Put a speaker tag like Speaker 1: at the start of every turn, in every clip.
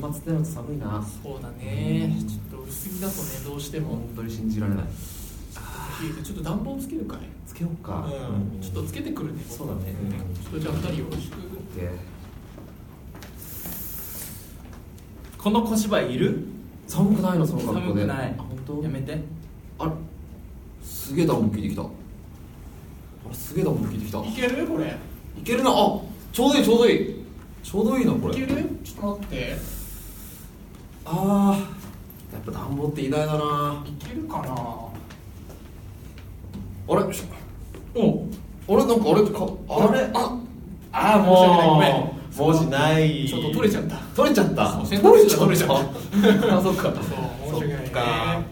Speaker 1: 発だよと寒いな
Speaker 2: そうだねちょっと薄着だとねどうしても
Speaker 1: 本当に信じられない
Speaker 2: ちょっと暖房つけるかい
Speaker 1: つけようか、
Speaker 2: うんちょっとつけてくるね
Speaker 1: そうだね、
Speaker 2: ちょっとじゃあ二人よろしく
Speaker 1: で
Speaker 3: この小芝居いる
Speaker 1: 寒くないのその格好
Speaker 3: 寒
Speaker 1: で
Speaker 3: くない
Speaker 1: あ本当
Speaker 3: やめて
Speaker 1: あれすげえダウン聞いてきたあれすげえダウン聞いてきたい
Speaker 2: いけるこれ
Speaker 1: けるなあちょうどいいちょうどいいちょうどいいなこ
Speaker 2: いけ
Speaker 1: れ
Speaker 2: るちょっと待って
Speaker 1: あーやっぱ暖房って偉大だない
Speaker 2: けるかな
Speaker 1: あれしうんあれなんかあれかあれあ
Speaker 3: ああ
Speaker 2: もう
Speaker 3: う文字ない
Speaker 2: ちょっと取れちゃった
Speaker 1: 取れちゃった
Speaker 2: そう選択肢が取れちゃった
Speaker 1: あそっか
Speaker 2: そう申し訳ない
Speaker 1: そっ
Speaker 2: ね
Speaker 1: か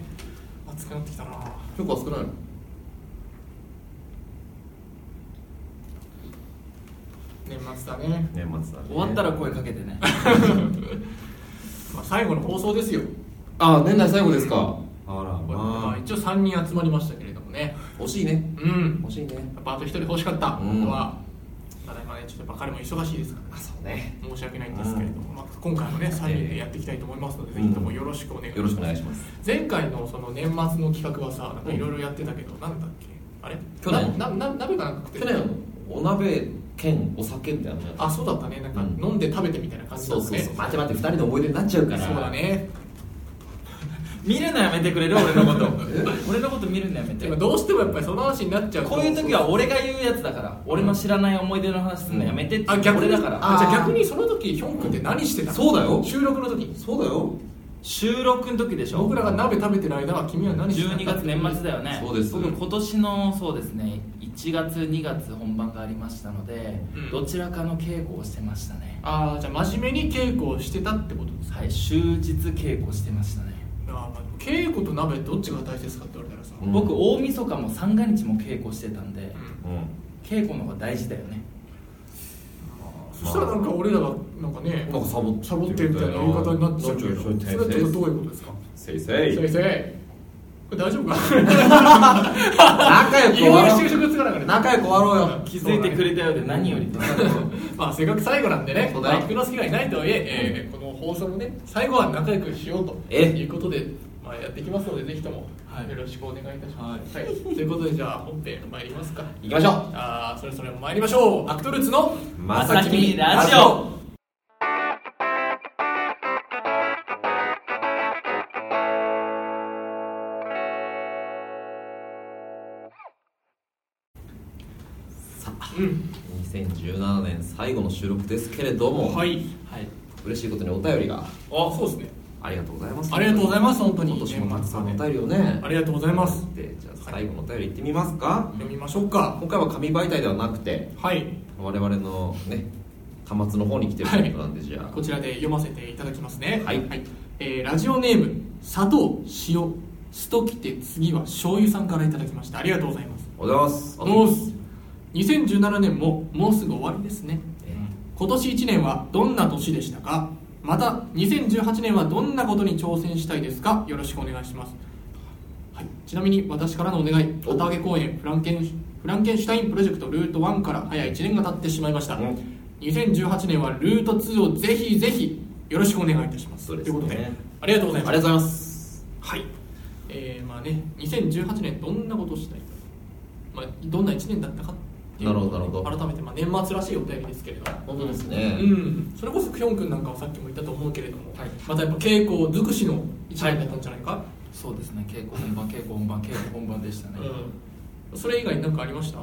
Speaker 2: 暑くなってきたな
Speaker 1: 結構少ないの
Speaker 2: 年末だね、
Speaker 1: 年末だね
Speaker 3: 終わったら声かけてね
Speaker 2: まあ、最後の放送ですよ、
Speaker 1: あ年内最後ですかあら
Speaker 2: まあ、一応三人集まりましたけれどもね
Speaker 1: 惜しいね
Speaker 2: うん
Speaker 1: 惜しいね
Speaker 2: やっぱあと一人欲しかった、
Speaker 1: うん
Speaker 2: 本当はただ今ねちょっとやっぱ彼も忙しいですからね
Speaker 1: そうね
Speaker 2: 申し訳ないんですけれども、まあ、今回もね3人でやっていきたいと思いますので、ぜひともよろしくお願いし
Speaker 1: よ
Speaker 2: ま
Speaker 1: ろし
Speaker 2: す
Speaker 1: くお願いします
Speaker 2: 前回のその年末の企画はさなんかいろいろやってたけど、なんだっけあれ
Speaker 1: 去年
Speaker 2: ななな鍋かなんか食って
Speaker 1: 去
Speaker 2: た
Speaker 1: 年お鍋兼お酒みたいなのやった
Speaker 2: あそうだったねなんか
Speaker 1: うん
Speaker 2: 飲んで食べてみたいな感じだ
Speaker 1: そう
Speaker 2: った
Speaker 1: そう
Speaker 2: ね、
Speaker 1: そう待って待って2人の思い出になっちゃうから
Speaker 2: そうだね
Speaker 3: 見るのやめてくれる俺のこと 俺のこと見るのやめて
Speaker 2: でもどうしてもやっぱりその話になっちゃうと
Speaker 3: こういう時は俺が言うやつだから俺の知らない思い出の話すんのやめてって
Speaker 2: あ逆
Speaker 3: 俺
Speaker 2: に
Speaker 3: だから
Speaker 2: あじゃあ逆にその時ヒョン君って何してたの
Speaker 1: そうだよ
Speaker 2: 収録の時
Speaker 1: そうだよ
Speaker 3: 収録の時でしょ
Speaker 2: 僕らが鍋食べてる間は君は何してたの
Speaker 3: 12月年末だよね
Speaker 1: そうです
Speaker 3: 僕今年のそうですね1月2月本番がありましたので、
Speaker 2: うん
Speaker 3: どちらかの稽古をしてましたね
Speaker 2: ああじゃあ真面目に稽古をしてたってことですか
Speaker 3: はい終日稽古してましたね、
Speaker 2: あーまあでも稽古と鍋どっちが大切かって言われたらさ、
Speaker 1: うん
Speaker 3: 僕大晦日も三が日も稽古してたんで
Speaker 2: うん
Speaker 1: うん
Speaker 3: 稽古の方が大事だよね
Speaker 2: そしたらなんか俺らがなんかね
Speaker 1: なんかサボ
Speaker 2: サボってるみたいな言い方になっちゃうけど
Speaker 1: なっち
Speaker 2: そ
Speaker 1: ゃうよ
Speaker 2: れはちょっとどういうことですか
Speaker 1: せいせ
Speaker 2: 先生これ大丈 夫か
Speaker 1: 仲良く
Speaker 2: い
Speaker 1: 終
Speaker 2: ろいろ
Speaker 1: わ ろ
Speaker 2: 就職つかなかっ
Speaker 1: う
Speaker 2: た
Speaker 1: 仲良く終わろうよ
Speaker 3: 気づいてくれたようで何よりです
Speaker 2: まあせっかく最後なんでね、
Speaker 1: そうだ
Speaker 2: ま
Speaker 1: ね
Speaker 2: あ、菊之助がいないとはいええーこの放送もね、最後は仲良くしようと
Speaker 1: え
Speaker 2: いうことで、まあ、やっていきますので、ぜひとも
Speaker 3: はい
Speaker 2: よろしくお願いいたします。はいということで、じゃあ本編参りますか。
Speaker 1: 行きましょう
Speaker 2: あーそれそれ参りましょう。アクトルーツの
Speaker 3: まさきみラジオ
Speaker 2: うん、
Speaker 1: 2017年最後の収録ですけれども、
Speaker 2: はい。
Speaker 3: はい
Speaker 1: 嬉しいことにお便りが
Speaker 2: あ、そうですね。
Speaker 1: ありがとうございます
Speaker 2: ありがとうございます本当に
Speaker 1: 今年もたくさんのお便りをね
Speaker 2: ありがとうございます
Speaker 1: でじゃあ最後のお便りいってみますか、
Speaker 2: 読みましょうか。
Speaker 1: 今回は紙媒体ではなくて
Speaker 2: はい。
Speaker 1: 我々のね端末の方に来てるということなんで、じゃあ
Speaker 2: こちらで読ませていただきますね。
Speaker 1: はい
Speaker 2: えーラジオネーム砂糖塩酢ときて次は醤油さんからいただきました。ありがとうございます。
Speaker 1: おはようございます
Speaker 2: もうす2017年ももうすぐ終わりですね
Speaker 1: え
Speaker 2: 今年1年はどんな年でしたかまた2018年はどんなことに挑戦したいですかよろしくお願いします、はい、ちなみに私からのお願い
Speaker 1: お
Speaker 2: 旗揚げ公演フランケンフランケンシュタインプロジェクトルート1から早1年が経ってしまいました、
Speaker 1: うん
Speaker 2: 2018年はルート2をぜひぜひよろしくお願いいたします
Speaker 1: そうで
Speaker 2: とい
Speaker 1: す
Speaker 2: う
Speaker 1: ね
Speaker 2: ことでありがとうござい
Speaker 1: あ
Speaker 2: ま
Speaker 1: りがとうご
Speaker 2: す
Speaker 1: ざいます
Speaker 2: はいえー、まあね2018年どんなことをしたいか、まあ、どんな1年だったかっていう
Speaker 1: なるほどなるほど
Speaker 2: 改めて、まあ、年末らしいお便りですけれども
Speaker 1: 本当ですね、
Speaker 2: うん、それこそクヒョン君なんかはさっきも言ったと思うけれども、
Speaker 3: はい
Speaker 2: またやっぱ稽古尽くしの一年だったんじゃないか、
Speaker 3: そうですね稽古本番稽古本番稽古本番でしたね、
Speaker 2: うん、それ以外に何かありました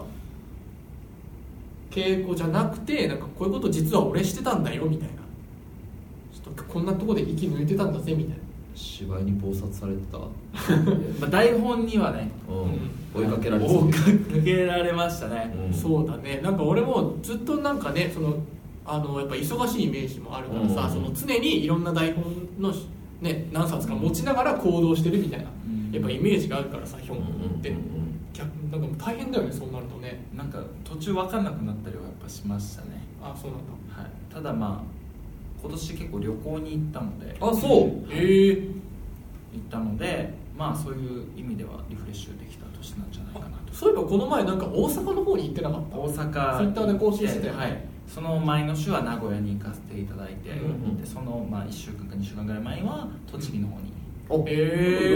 Speaker 2: 稽古じゃなくてなんかこういうこと実は俺してたんだよみたいなちょっとこんなとこで息抜いてたんだぜみたいな
Speaker 1: 芝居に暴殺されてた、
Speaker 3: まあ、台本にはね
Speaker 1: うん、追いかけられてた
Speaker 3: 追いかけられましたね、
Speaker 1: うん
Speaker 2: そうだねなんか俺もずっとなんかねそのあのやっぱ忙しいイメージもあるからさ、
Speaker 1: うん
Speaker 2: その常にいろんな台本の、ね、何冊か持ちながら行動してるみたいな、
Speaker 3: うん
Speaker 2: やっぱイメージがあるからさヒョン君って、
Speaker 1: うん
Speaker 2: 逆になんかもう大変だよねそうなるとね
Speaker 3: なんか途中分かんなくなったりはやっぱしましたね、
Speaker 2: あそうなんだ
Speaker 3: はい、ただまあ今年結構旅行に行ったので
Speaker 1: あそう
Speaker 2: へえ
Speaker 3: 行ったので、まあそういう意味ではリフレッシュできた年なんじゃないかなと
Speaker 2: そういえばこの前なんか大阪の方に行ってなかった
Speaker 3: 大
Speaker 2: ツ
Speaker 3: 阪
Speaker 2: イッターで更新してたよね
Speaker 3: はいその前の週は名古屋に行かせていただいて、
Speaker 1: うんうん
Speaker 3: でそのまあ1週間か2週間ぐらい前は栃木の方に、
Speaker 1: お
Speaker 2: え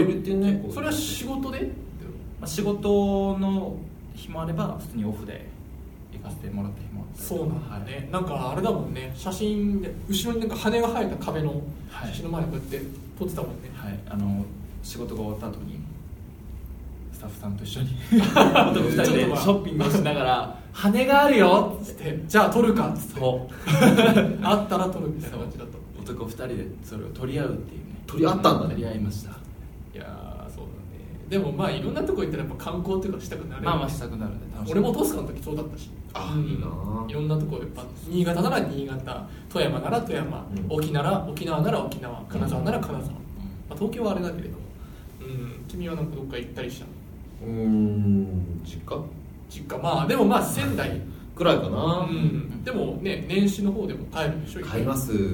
Speaker 2: ー
Speaker 1: 伸びてんね
Speaker 2: それは仕事で
Speaker 3: まあ、仕事の日もあれば普通にオフで行かせてもらった日もあったりと
Speaker 2: そ
Speaker 3: か
Speaker 2: うなんだ
Speaker 3: はい
Speaker 2: ねなんかあれだもんね写真で後ろになんか羽が生えた壁の
Speaker 3: はい
Speaker 2: 写真の前にこうやって撮ってたもんね、
Speaker 3: はい、あの仕事が終わった後にスタッフさんと一緒に男2人でショッピングをしなが ら「羽があるよ!」っつって
Speaker 2: でじゃあ撮るかっつって
Speaker 3: そう
Speaker 2: あったら撮るみたいな感じだと
Speaker 3: 男2人でそれを取り合うっていうね
Speaker 1: 取り合ったんだね
Speaker 3: 取り合いました
Speaker 2: いやーそうだねでもまあいろんなとこ行ったらやっぱ観光っていうかしたくなるよね
Speaker 3: まあまあしたくなるね楽しみ
Speaker 2: 俺もトスカの時そうだったし
Speaker 1: あ
Speaker 2: うん
Speaker 1: いいなあ
Speaker 2: いろんなとこやっぱ新潟なら新潟富山なら富山、
Speaker 1: うん
Speaker 2: 沖縄沖縄なら沖縄金沢なら金沢、ま
Speaker 3: う
Speaker 2: あ、東京はあれだけれどもうん君はなんかどっか行ったりしたの
Speaker 1: うーん実家
Speaker 2: 実家まあでもまあ仙台
Speaker 1: くらいかな
Speaker 2: うんでもね年始の方でも帰るでしょ
Speaker 1: 買いますも
Speaker 2: ん
Speaker 1: う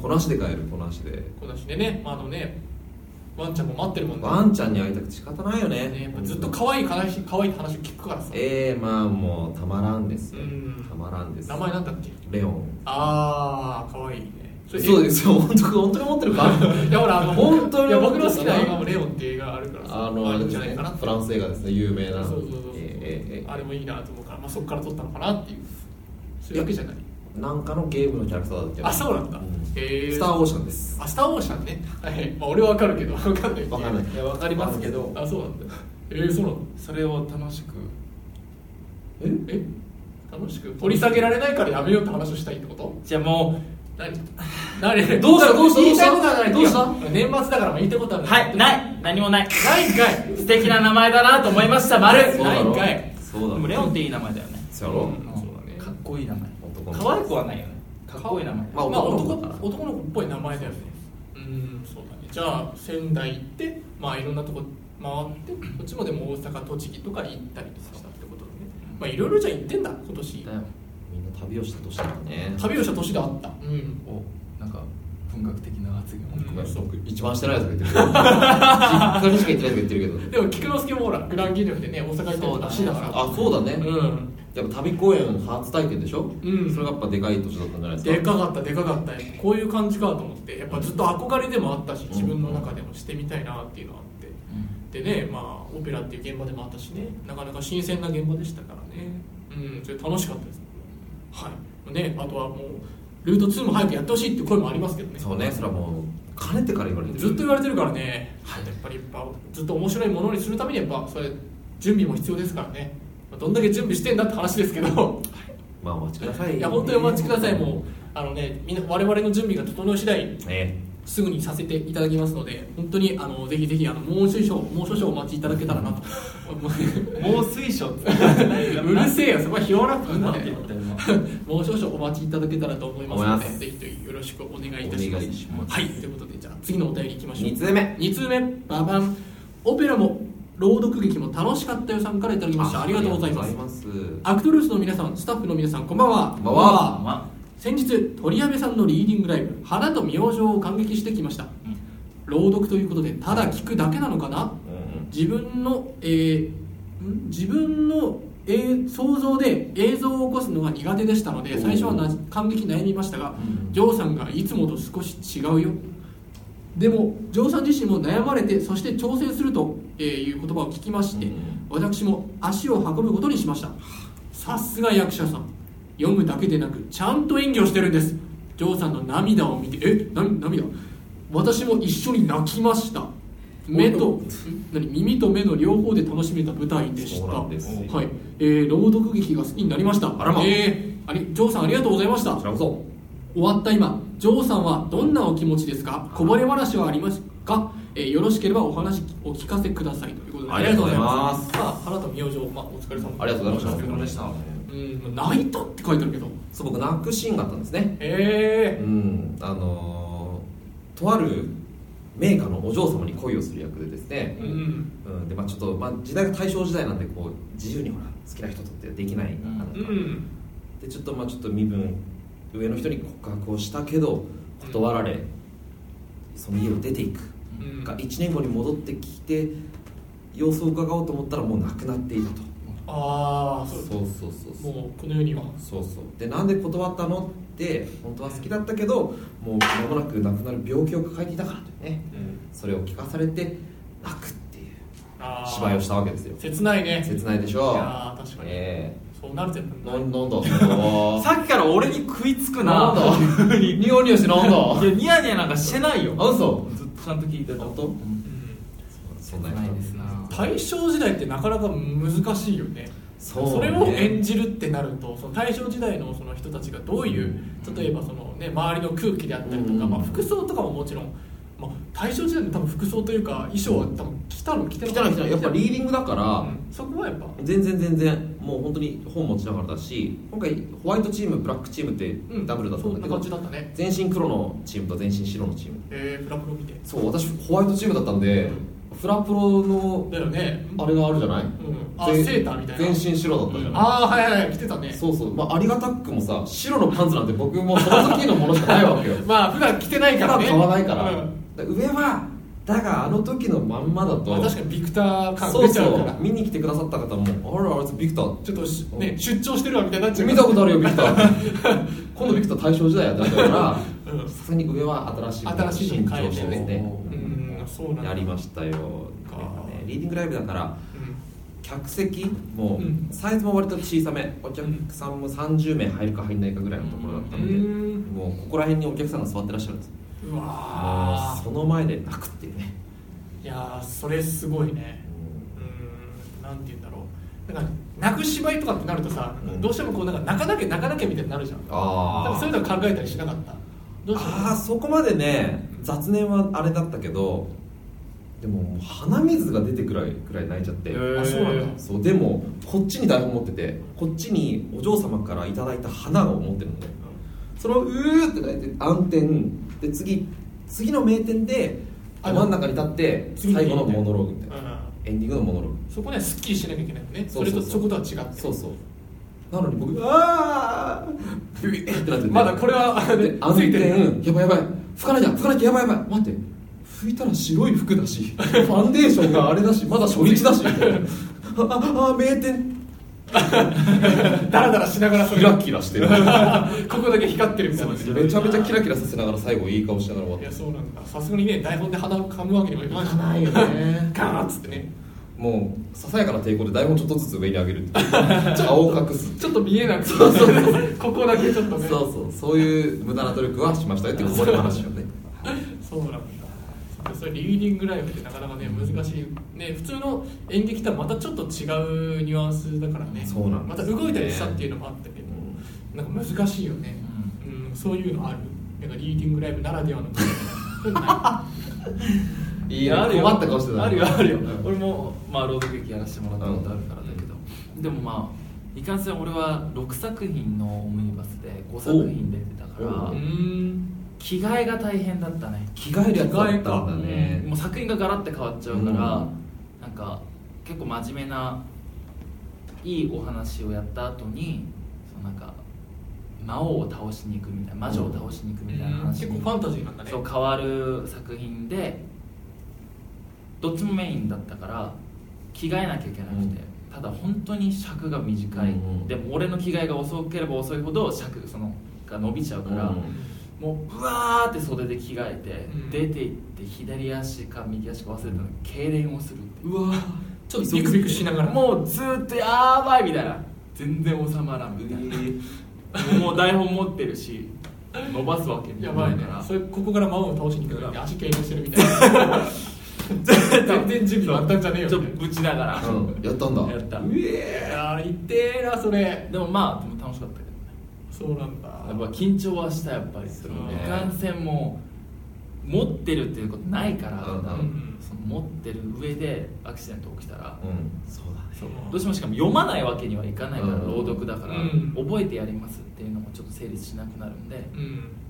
Speaker 1: こなしで買えるこなしで
Speaker 2: こなしでね、まあ、あのねワンちゃんも待ってるもんね
Speaker 1: ワンちゃんに会いたくて仕方ないよね
Speaker 2: ねやっぱずっと可愛い話可愛い話聞くからさ、
Speaker 1: ええまあもうたまらんですよ
Speaker 2: うん
Speaker 1: たまらんです
Speaker 2: 名前なんだっけ
Speaker 1: レオン
Speaker 2: ああ可愛いねそれ
Speaker 1: そうですよ本当本当に持ってるか
Speaker 2: いやほらあの
Speaker 1: 本当に
Speaker 2: いや僕の好きな映画も「レオン」っていう映画があるからさ
Speaker 1: あのあ
Speaker 2: いい
Speaker 1: れで
Speaker 2: んじ
Speaker 1: す
Speaker 2: ゃない
Speaker 1: ね
Speaker 2: かなって
Speaker 1: フランス映画ですね有名な
Speaker 2: そうそうそうそう
Speaker 1: ええええ
Speaker 2: あれもいいなと思うから、まあ、そこから撮ったのかなっていうそういうわけじゃない
Speaker 1: なんかのゲームのキャラクターだったよ
Speaker 2: あそうなんだ、へえ
Speaker 1: スターオーシャンです
Speaker 2: あスター・オーシャンねはい、まあ、俺はわかるけどわかんない
Speaker 1: わかんない
Speaker 3: いやわかりますけど
Speaker 2: あそうなんだえー、そうなんだ
Speaker 3: それを楽しく
Speaker 1: え
Speaker 2: え楽しく掘り下げられないからやめようって話をしたいってこと
Speaker 3: じゃあも
Speaker 2: 何何
Speaker 1: どうしたどうした
Speaker 2: 言いたいことはない
Speaker 1: どうした
Speaker 2: いや年末だからまあ言いたいことは
Speaker 3: う
Speaker 2: ない
Speaker 3: はい
Speaker 2: ない
Speaker 3: ない何もない
Speaker 2: ないんかい
Speaker 3: 素敵な名前だなと思いました丸
Speaker 1: そうだろ
Speaker 2: ないんかい
Speaker 1: そう
Speaker 3: で
Speaker 1: だ
Speaker 3: も
Speaker 1: ろ
Speaker 3: レオンっていい名前だよね
Speaker 1: そうやろ
Speaker 2: うんそうだね
Speaker 3: かっこいい名前
Speaker 1: 男の子
Speaker 3: 可愛くはないよねかっこいい名前
Speaker 1: まあ
Speaker 2: まあ
Speaker 1: 男
Speaker 2: 男
Speaker 1: の子だから
Speaker 2: 男の子っぽい名前だよねうんそうだねじゃあ仙台行ってまあいろんなとこ回ってこっちもでも大阪栃木とか行ったりとかしたってことでねまあいろいろじゃあ行ってんだ今年
Speaker 3: だよ
Speaker 1: みんな旅をしたとしたらね
Speaker 2: 旅をした年であったうん
Speaker 3: おなんか文学的な発言を
Speaker 2: うん
Speaker 1: ごめん僕一番してないやつが言ってるけど実家にしか行ってないとか言ってるけど
Speaker 2: でも菊之助もほらグランギリョフでね大阪行ってるらしいだから
Speaker 1: あそうだね、
Speaker 2: うん
Speaker 1: やっぱ旅公演初体験でしょ、
Speaker 2: うん
Speaker 1: それがやっぱでかい年だったんじゃないですか
Speaker 2: でかかったでかかったこういう感じかと思ってやっぱずっと憧れでもあったし自分の中でもしてみたいなっていうのはあってでねまあオペラっていう現場でもあったしねなかなか新鮮な現場でしたからねうんそれ楽しかったですはいねあとはもうルート2も早くやってほしいって声もありますけどね
Speaker 1: そうねそれはもうかねてから言われてる
Speaker 2: ずっと言われてるからね、やっぱりやっぱずっと面白いものにするためにやっぱそれ準備も必要ですからねまあどんだけ準備してんだって話ですけど
Speaker 1: まあお待ちください
Speaker 2: いや本当にお待ちくださいもうあのねみんな我々の準備が整い次第
Speaker 1: ね
Speaker 2: すぐにさせていただきますので本当にあのぜひぜひあのもう少々もう少々お待ちいただけたら なと
Speaker 3: もう水晶って
Speaker 2: うるせえよそこはひよらくん
Speaker 3: な
Speaker 2: なん
Speaker 3: て
Speaker 2: よ
Speaker 3: 言ったよ
Speaker 2: もう少々お待ちいただけたらと思います
Speaker 1: 思
Speaker 2: の
Speaker 1: います
Speaker 2: でぜひとよろしくお願いいた
Speaker 1: お願い
Speaker 2: し
Speaker 1: し
Speaker 2: ま
Speaker 1: ます
Speaker 2: はいということでじゃあ次のお便りいきましょう
Speaker 1: 2通目
Speaker 2: 2通目ババンオペラも朗読劇も楽しかったよさんからいただきましたありがとうございます
Speaker 1: す
Speaker 2: アクトルースの皆さんスタッフの皆さんこんばんは
Speaker 1: こんばんは
Speaker 3: お前は
Speaker 2: 先日鳥矢部さんのリーディングライブ「花と明星」を感激してきました
Speaker 3: うん
Speaker 2: 朗読ということでただ聞くだけなのかな自分の、えーん自分の、えー想像で映像を起こすのが苦手でしたので最初はな感激悩みましたが、
Speaker 1: うん
Speaker 2: ジョーさんがいつもと少し違うよでもジョーさん自身も悩まれてそして挑戦すると、えーいう言葉を聞きまして、
Speaker 1: うん
Speaker 2: 私も足を運ぶことにしましたさすが役者さん読むだけでなくちゃんと演技をしてるんですジョーさんの涙を見てえな涙私も一緒に泣きました目と何耳と目の両方で楽しめた舞台でした
Speaker 1: そうなんですよ
Speaker 2: はいえー朗読劇が好きになりました
Speaker 1: あらま
Speaker 2: えーありジョーさんありがとうございました
Speaker 1: こちらこそ
Speaker 2: 終わった今ジョーさんはどんなお気持ちですかこぼれ話はありますか、えーよろしければお話お聞かせくださいということで
Speaker 1: ありがとうございます
Speaker 2: さあ原田明星、まあ、お疲れ様
Speaker 1: ありがとうござい
Speaker 2: お疲れ様
Speaker 1: ま
Speaker 2: で
Speaker 1: し
Speaker 2: したたうん泣いたって書いてあるけど
Speaker 1: そう僕泣くシーンがあったんですね
Speaker 2: え
Speaker 1: うんあのーとある名家のお嬢様に恋をする役でですね
Speaker 2: え、うん
Speaker 1: うん、でまあちょっと、まあ、時代が大正時代なんでこう自由にほら好きな人とってできない
Speaker 3: うん
Speaker 1: なかなか
Speaker 2: うん
Speaker 1: でちょっとまあちょっと身分上の人に告白をしたけど断られ、その家を出ていく
Speaker 3: う
Speaker 2: うん
Speaker 1: が1年後に戻ってきて様子を伺おうと思ったらもうなくなっていたと
Speaker 2: ああ
Speaker 1: そう
Speaker 2: そ
Speaker 1: そうそう
Speaker 2: う
Speaker 1: そう
Speaker 2: もうこの世には
Speaker 1: そうそうでなんで断ったのって本当は好きだったけどもう間もなく亡くなる病気を抱えていたからというねそれを聞かされて泣くっていう
Speaker 2: あー
Speaker 1: 芝居をしたわけですよ
Speaker 2: 切ないね
Speaker 1: 切ないでし
Speaker 2: い
Speaker 1: ょ
Speaker 2: やー確かに、
Speaker 1: え
Speaker 2: そうなるとやっ
Speaker 1: え
Speaker 2: ぱ
Speaker 1: な
Speaker 2: り
Speaker 1: んなんだそこは
Speaker 3: さっきから俺に食いつくな
Speaker 1: なんだニオニオしてなんだ
Speaker 3: いやニヤニヤなんかしてないよ
Speaker 1: あ嘘
Speaker 3: ずっとちゃんと聞いてた
Speaker 1: 本当
Speaker 3: うん
Speaker 2: うん
Speaker 1: そんな
Speaker 3: ないですな
Speaker 2: 大正時代ってなかなか難しいよね
Speaker 1: そうね
Speaker 2: れを演じるってなるとその大正時代のその人たちがどういう例えばその、ね、周りの空気であったりとか、
Speaker 1: うん
Speaker 2: まあ、服装とかももちろん、まあ、大正時代の多分服装というか衣装は多分着たの着て
Speaker 1: 来たら来たらやっぱリーディングだから、
Speaker 2: うんそこはやっぱ
Speaker 1: 全然全然もう本当に本持ちながらだし今回ホワイトチームブラックチームって
Speaker 2: うん
Speaker 1: ダブルだったんだけど、
Speaker 2: そんな感じだったね
Speaker 1: 全身黒のチームと全身白のチーム
Speaker 2: えー、フラプロ見て
Speaker 1: そう私ホワイトチームだったんで、フラプロの
Speaker 2: だよね
Speaker 1: あれがあるじゃない、
Speaker 2: うんあ
Speaker 1: 全
Speaker 2: セーターみたいな
Speaker 1: 全身白だったじゃない、
Speaker 2: ああはいはいはい着てたね
Speaker 1: そうそう、まあ、ありがたくもさ白のパンツなんて僕もその時のものしかないわけよ
Speaker 2: まあ普段着てない
Speaker 1: ただ
Speaker 2: からね
Speaker 1: 買わないから,、
Speaker 2: うん
Speaker 1: 上はだがあの時のまんまだと、
Speaker 2: まあ、確かにビクター感
Speaker 1: そう
Speaker 2: 出ちゃう
Speaker 1: そ
Speaker 2: から
Speaker 1: う見に来てくださった方もあらあいつビクター
Speaker 2: ちょっとし、
Speaker 1: う
Speaker 2: ね、
Speaker 1: ん
Speaker 2: 出張してるわみたいになっちゃう
Speaker 1: 見たことあるよビクター今度ビクター大正時代やってたから
Speaker 2: うん
Speaker 1: さすがに上は新しい
Speaker 2: 新しいの
Speaker 1: 新
Speaker 2: に変え
Speaker 1: 調
Speaker 2: て
Speaker 1: してですね
Speaker 2: うんそうなんだ
Speaker 1: やりましたよね
Speaker 2: か
Speaker 1: リーディングライブだから
Speaker 2: う
Speaker 1: 客席も
Speaker 2: うん
Speaker 1: サイズも割と小さめお客さんも30名入るか入んないかぐらいのところだったので
Speaker 2: うん
Speaker 1: もうここら辺にお客さんが座ってらっしゃるんです
Speaker 2: んう
Speaker 1: も
Speaker 2: わ
Speaker 1: うその前で泣くっていうね
Speaker 2: ーいやーそれすごいねうんなんて言うんだろうなんか泣く芝居とかってなるとさ、
Speaker 1: うん
Speaker 2: どうしてもこうなんか泣かなきゃ泣かなきゃみたいになるじゃん
Speaker 1: あー
Speaker 2: だからそういうの考えたりしなかったどうした
Speaker 1: ああそこまでね雑念はあれだったけどでももう鼻水が出てくらいくらい泣いちゃって
Speaker 3: へー
Speaker 1: あそうなんだそうでもこっちに台本持っててこっちにお嬢様からいただいた花を持ってるのでそれをうーって泣いて暗転で次次の名店で
Speaker 2: あ
Speaker 1: 真ん中に立って
Speaker 2: 次の名
Speaker 1: 最
Speaker 2: 店
Speaker 1: 後のモノローグみたいな
Speaker 2: う
Speaker 1: エンディングのモノローグ
Speaker 2: んそこねすっきりしなきゃいけないよね
Speaker 1: そ
Speaker 2: そう
Speaker 1: そうそう
Speaker 2: れとそことは違って
Speaker 1: そうそうなのに僕ああビビってなってて
Speaker 2: まだこれはあれ
Speaker 1: で
Speaker 2: ね
Speaker 1: 暗
Speaker 2: ついて
Speaker 1: 転
Speaker 2: る
Speaker 1: やばいやばい拭かなきゃ拭かなきゃやばいやばい待って拭いたら白い服だしファンデーションがあれだしまだ初日だ しみたいなあああ名店
Speaker 2: ダラダラしながらそ
Speaker 1: キ
Speaker 2: れ
Speaker 1: ラキラしてる
Speaker 2: ここだけ光ってるみたいな
Speaker 1: めちゃめちゃキラキラさせながら最後いい顔しながら終わ
Speaker 2: い
Speaker 1: っ
Speaker 2: やそうなんださすがにね台本で鼻を噛むわけにもい かない
Speaker 1: いかないよね
Speaker 2: ガーッつってね
Speaker 1: たもうささやかな抵抗で台本ちょっとずつ上に上げるっていう顔を隠す
Speaker 2: ちょっと見えなくて ここだけちょっと
Speaker 1: そう
Speaker 2: ね
Speaker 1: そうそういう無駄な努力はしましたよっていうここの話をね
Speaker 2: そうなんだそれリーディングライブってなかなかね難しいね普通の演劇とはまたちょっと違うニュアンスだからね
Speaker 1: そうなんで
Speaker 2: ますた
Speaker 1: よね
Speaker 2: 動いたりしたっていうのもあったけど、なんか難しいよね、うんそういうのあるなんかリーディングライブならではのそういうのない
Speaker 1: いや困った顔してた
Speaker 3: あるよあるよ
Speaker 1: うん
Speaker 3: 俺もまあ朗読劇やらせてもらったことあるからだけど、でもまあいかんせん俺は6作品のオムニバスで5作品出てたか
Speaker 1: お
Speaker 3: ら
Speaker 1: う
Speaker 2: うーん
Speaker 3: 着替えが大変だったね
Speaker 1: 着替えるやつだったんだね
Speaker 3: もう作品がガラッて変わっちゃうから、
Speaker 1: うん
Speaker 3: なんか結構真面目ないいお話をやった後にそのなんか魔王を倒しに行くみたいな魔女を倒しに行くみたいな話
Speaker 2: 結
Speaker 3: に
Speaker 2: 構ファンタジーなんだね
Speaker 3: そう変わる作品でどっちもメインだったから着替えなきゃいけなくて、
Speaker 1: うん
Speaker 3: ただ本当に尺が短
Speaker 1: うん
Speaker 3: い、
Speaker 1: うん
Speaker 3: でも俺の着替えが遅ければ遅いほど尺そのが伸びちゃうから、
Speaker 1: うん
Speaker 3: もううわーって袖で着替えて、
Speaker 2: うん
Speaker 3: 出て行って左足か右足か忘れたのに痙攣をするっていう
Speaker 2: うわちょっとビクビクしながら
Speaker 3: もうずーっとやばいみたいな全然収まらんみたいな、 もう台本持ってるし伸ばすわけに
Speaker 2: や
Speaker 3: も
Speaker 2: ばい
Speaker 3: か
Speaker 2: ね
Speaker 3: ら
Speaker 2: それここから魔王を倒しに行くのに足軽してるみたいな全然準備終わったんじゃねえよ
Speaker 3: ちょっ
Speaker 2: みたい
Speaker 3: と
Speaker 2: な
Speaker 3: ぶちながら、
Speaker 1: うんやったんだ
Speaker 3: やった
Speaker 2: うえー言ってーなそれ
Speaker 3: でもまあでも楽しかったけどね
Speaker 2: そうなんだ
Speaker 3: やっぱ緊張はしたやっぱり
Speaker 1: そ
Speaker 3: そう
Speaker 1: ね
Speaker 3: の感染も持ってるっていうことないから、
Speaker 1: うんうん
Speaker 3: その持ってる上でアクシデント起きたら、
Speaker 1: うんそうだ
Speaker 3: そうどうしてもしかも読まないわけにはいかないから、
Speaker 1: うん
Speaker 3: 朗読だから、
Speaker 2: うん
Speaker 3: 覚えてやりますっていうのもちょっと成立しなくなるんで、
Speaker 2: うん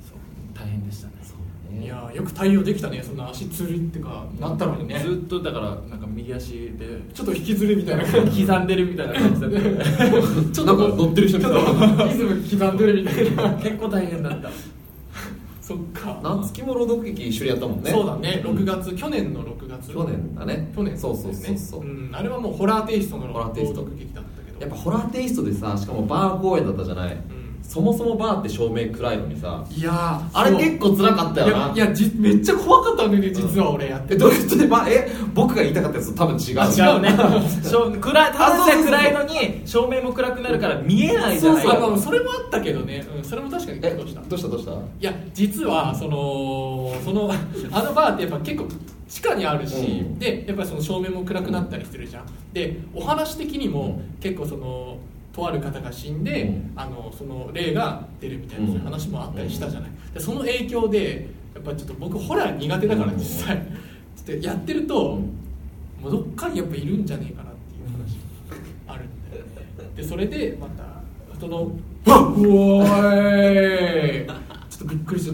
Speaker 3: そう大変でしたね
Speaker 1: そう
Speaker 2: いやーよく対応できたねそんな足つるってかなったのにね
Speaker 3: ずっとだからなんか右足で
Speaker 2: ちょっと引きずるみたいな感じ
Speaker 3: 刻んでるみたいな感じだね
Speaker 1: ちょっとなんか乗ってる人
Speaker 2: ち
Speaker 1: 見
Speaker 2: ょ
Speaker 1: た
Speaker 2: っとリズム刻んでるみたいな
Speaker 3: 結構大変だった
Speaker 2: そっか
Speaker 1: 夏木も朗読劇一緒にやったもんね
Speaker 2: そうだね
Speaker 1: ん
Speaker 2: 6月、去年の6月
Speaker 1: 去年だね
Speaker 2: 去年
Speaker 1: そうそうそうそう、
Speaker 2: ん、あれはもうホラーテイストの
Speaker 1: ホラ
Speaker 2: 朗
Speaker 1: ーテイスト
Speaker 2: 読劇だったけど
Speaker 1: やっぱホラーテイストでさしかもバー公演だったじゃない、
Speaker 2: うん
Speaker 1: そもそもバーって照明暗いのにさ
Speaker 2: いやー
Speaker 1: あれ
Speaker 2: そう
Speaker 1: 結構辛かったよない
Speaker 2: やいやじめっちゃ怖かったんだよね実は俺やっ
Speaker 1: え
Speaker 2: てて
Speaker 1: どういうことで、まあ、え僕が言いたかったやつと多分違う
Speaker 3: あ違うね 照明暗い
Speaker 1: あそう
Speaker 3: た
Speaker 1: そう
Speaker 3: だ
Speaker 1: そ
Speaker 3: で
Speaker 1: う
Speaker 3: 暗いのに照明も暗くなるから見えないじ
Speaker 2: そ
Speaker 3: ゃ
Speaker 2: う
Speaker 3: ない
Speaker 2: そう
Speaker 3: か
Speaker 2: あまあそれもあったけどね、うん、それも確かに
Speaker 1: え
Speaker 2: どうしたい
Speaker 1: どうしたどうした
Speaker 2: や実はそのそのあのバーってやっぱ結構地下にあるし、
Speaker 1: うん
Speaker 2: でやっぱりその照明も暗くなったりしてるじゃんでお話的にも結構そのとある方が死んで、
Speaker 1: うん
Speaker 2: あのその霊が出るみたいな、そういう話もあったりしたじゃない、でその影響でやっぱちょっと僕ホラー苦手だから
Speaker 1: うん
Speaker 2: 実際、ちょっとやってると、もうどっかにやっぱいるんじゃねえかなっていう話あるんだよねでそれでまたその「う おーい!」ちょっとびっくりし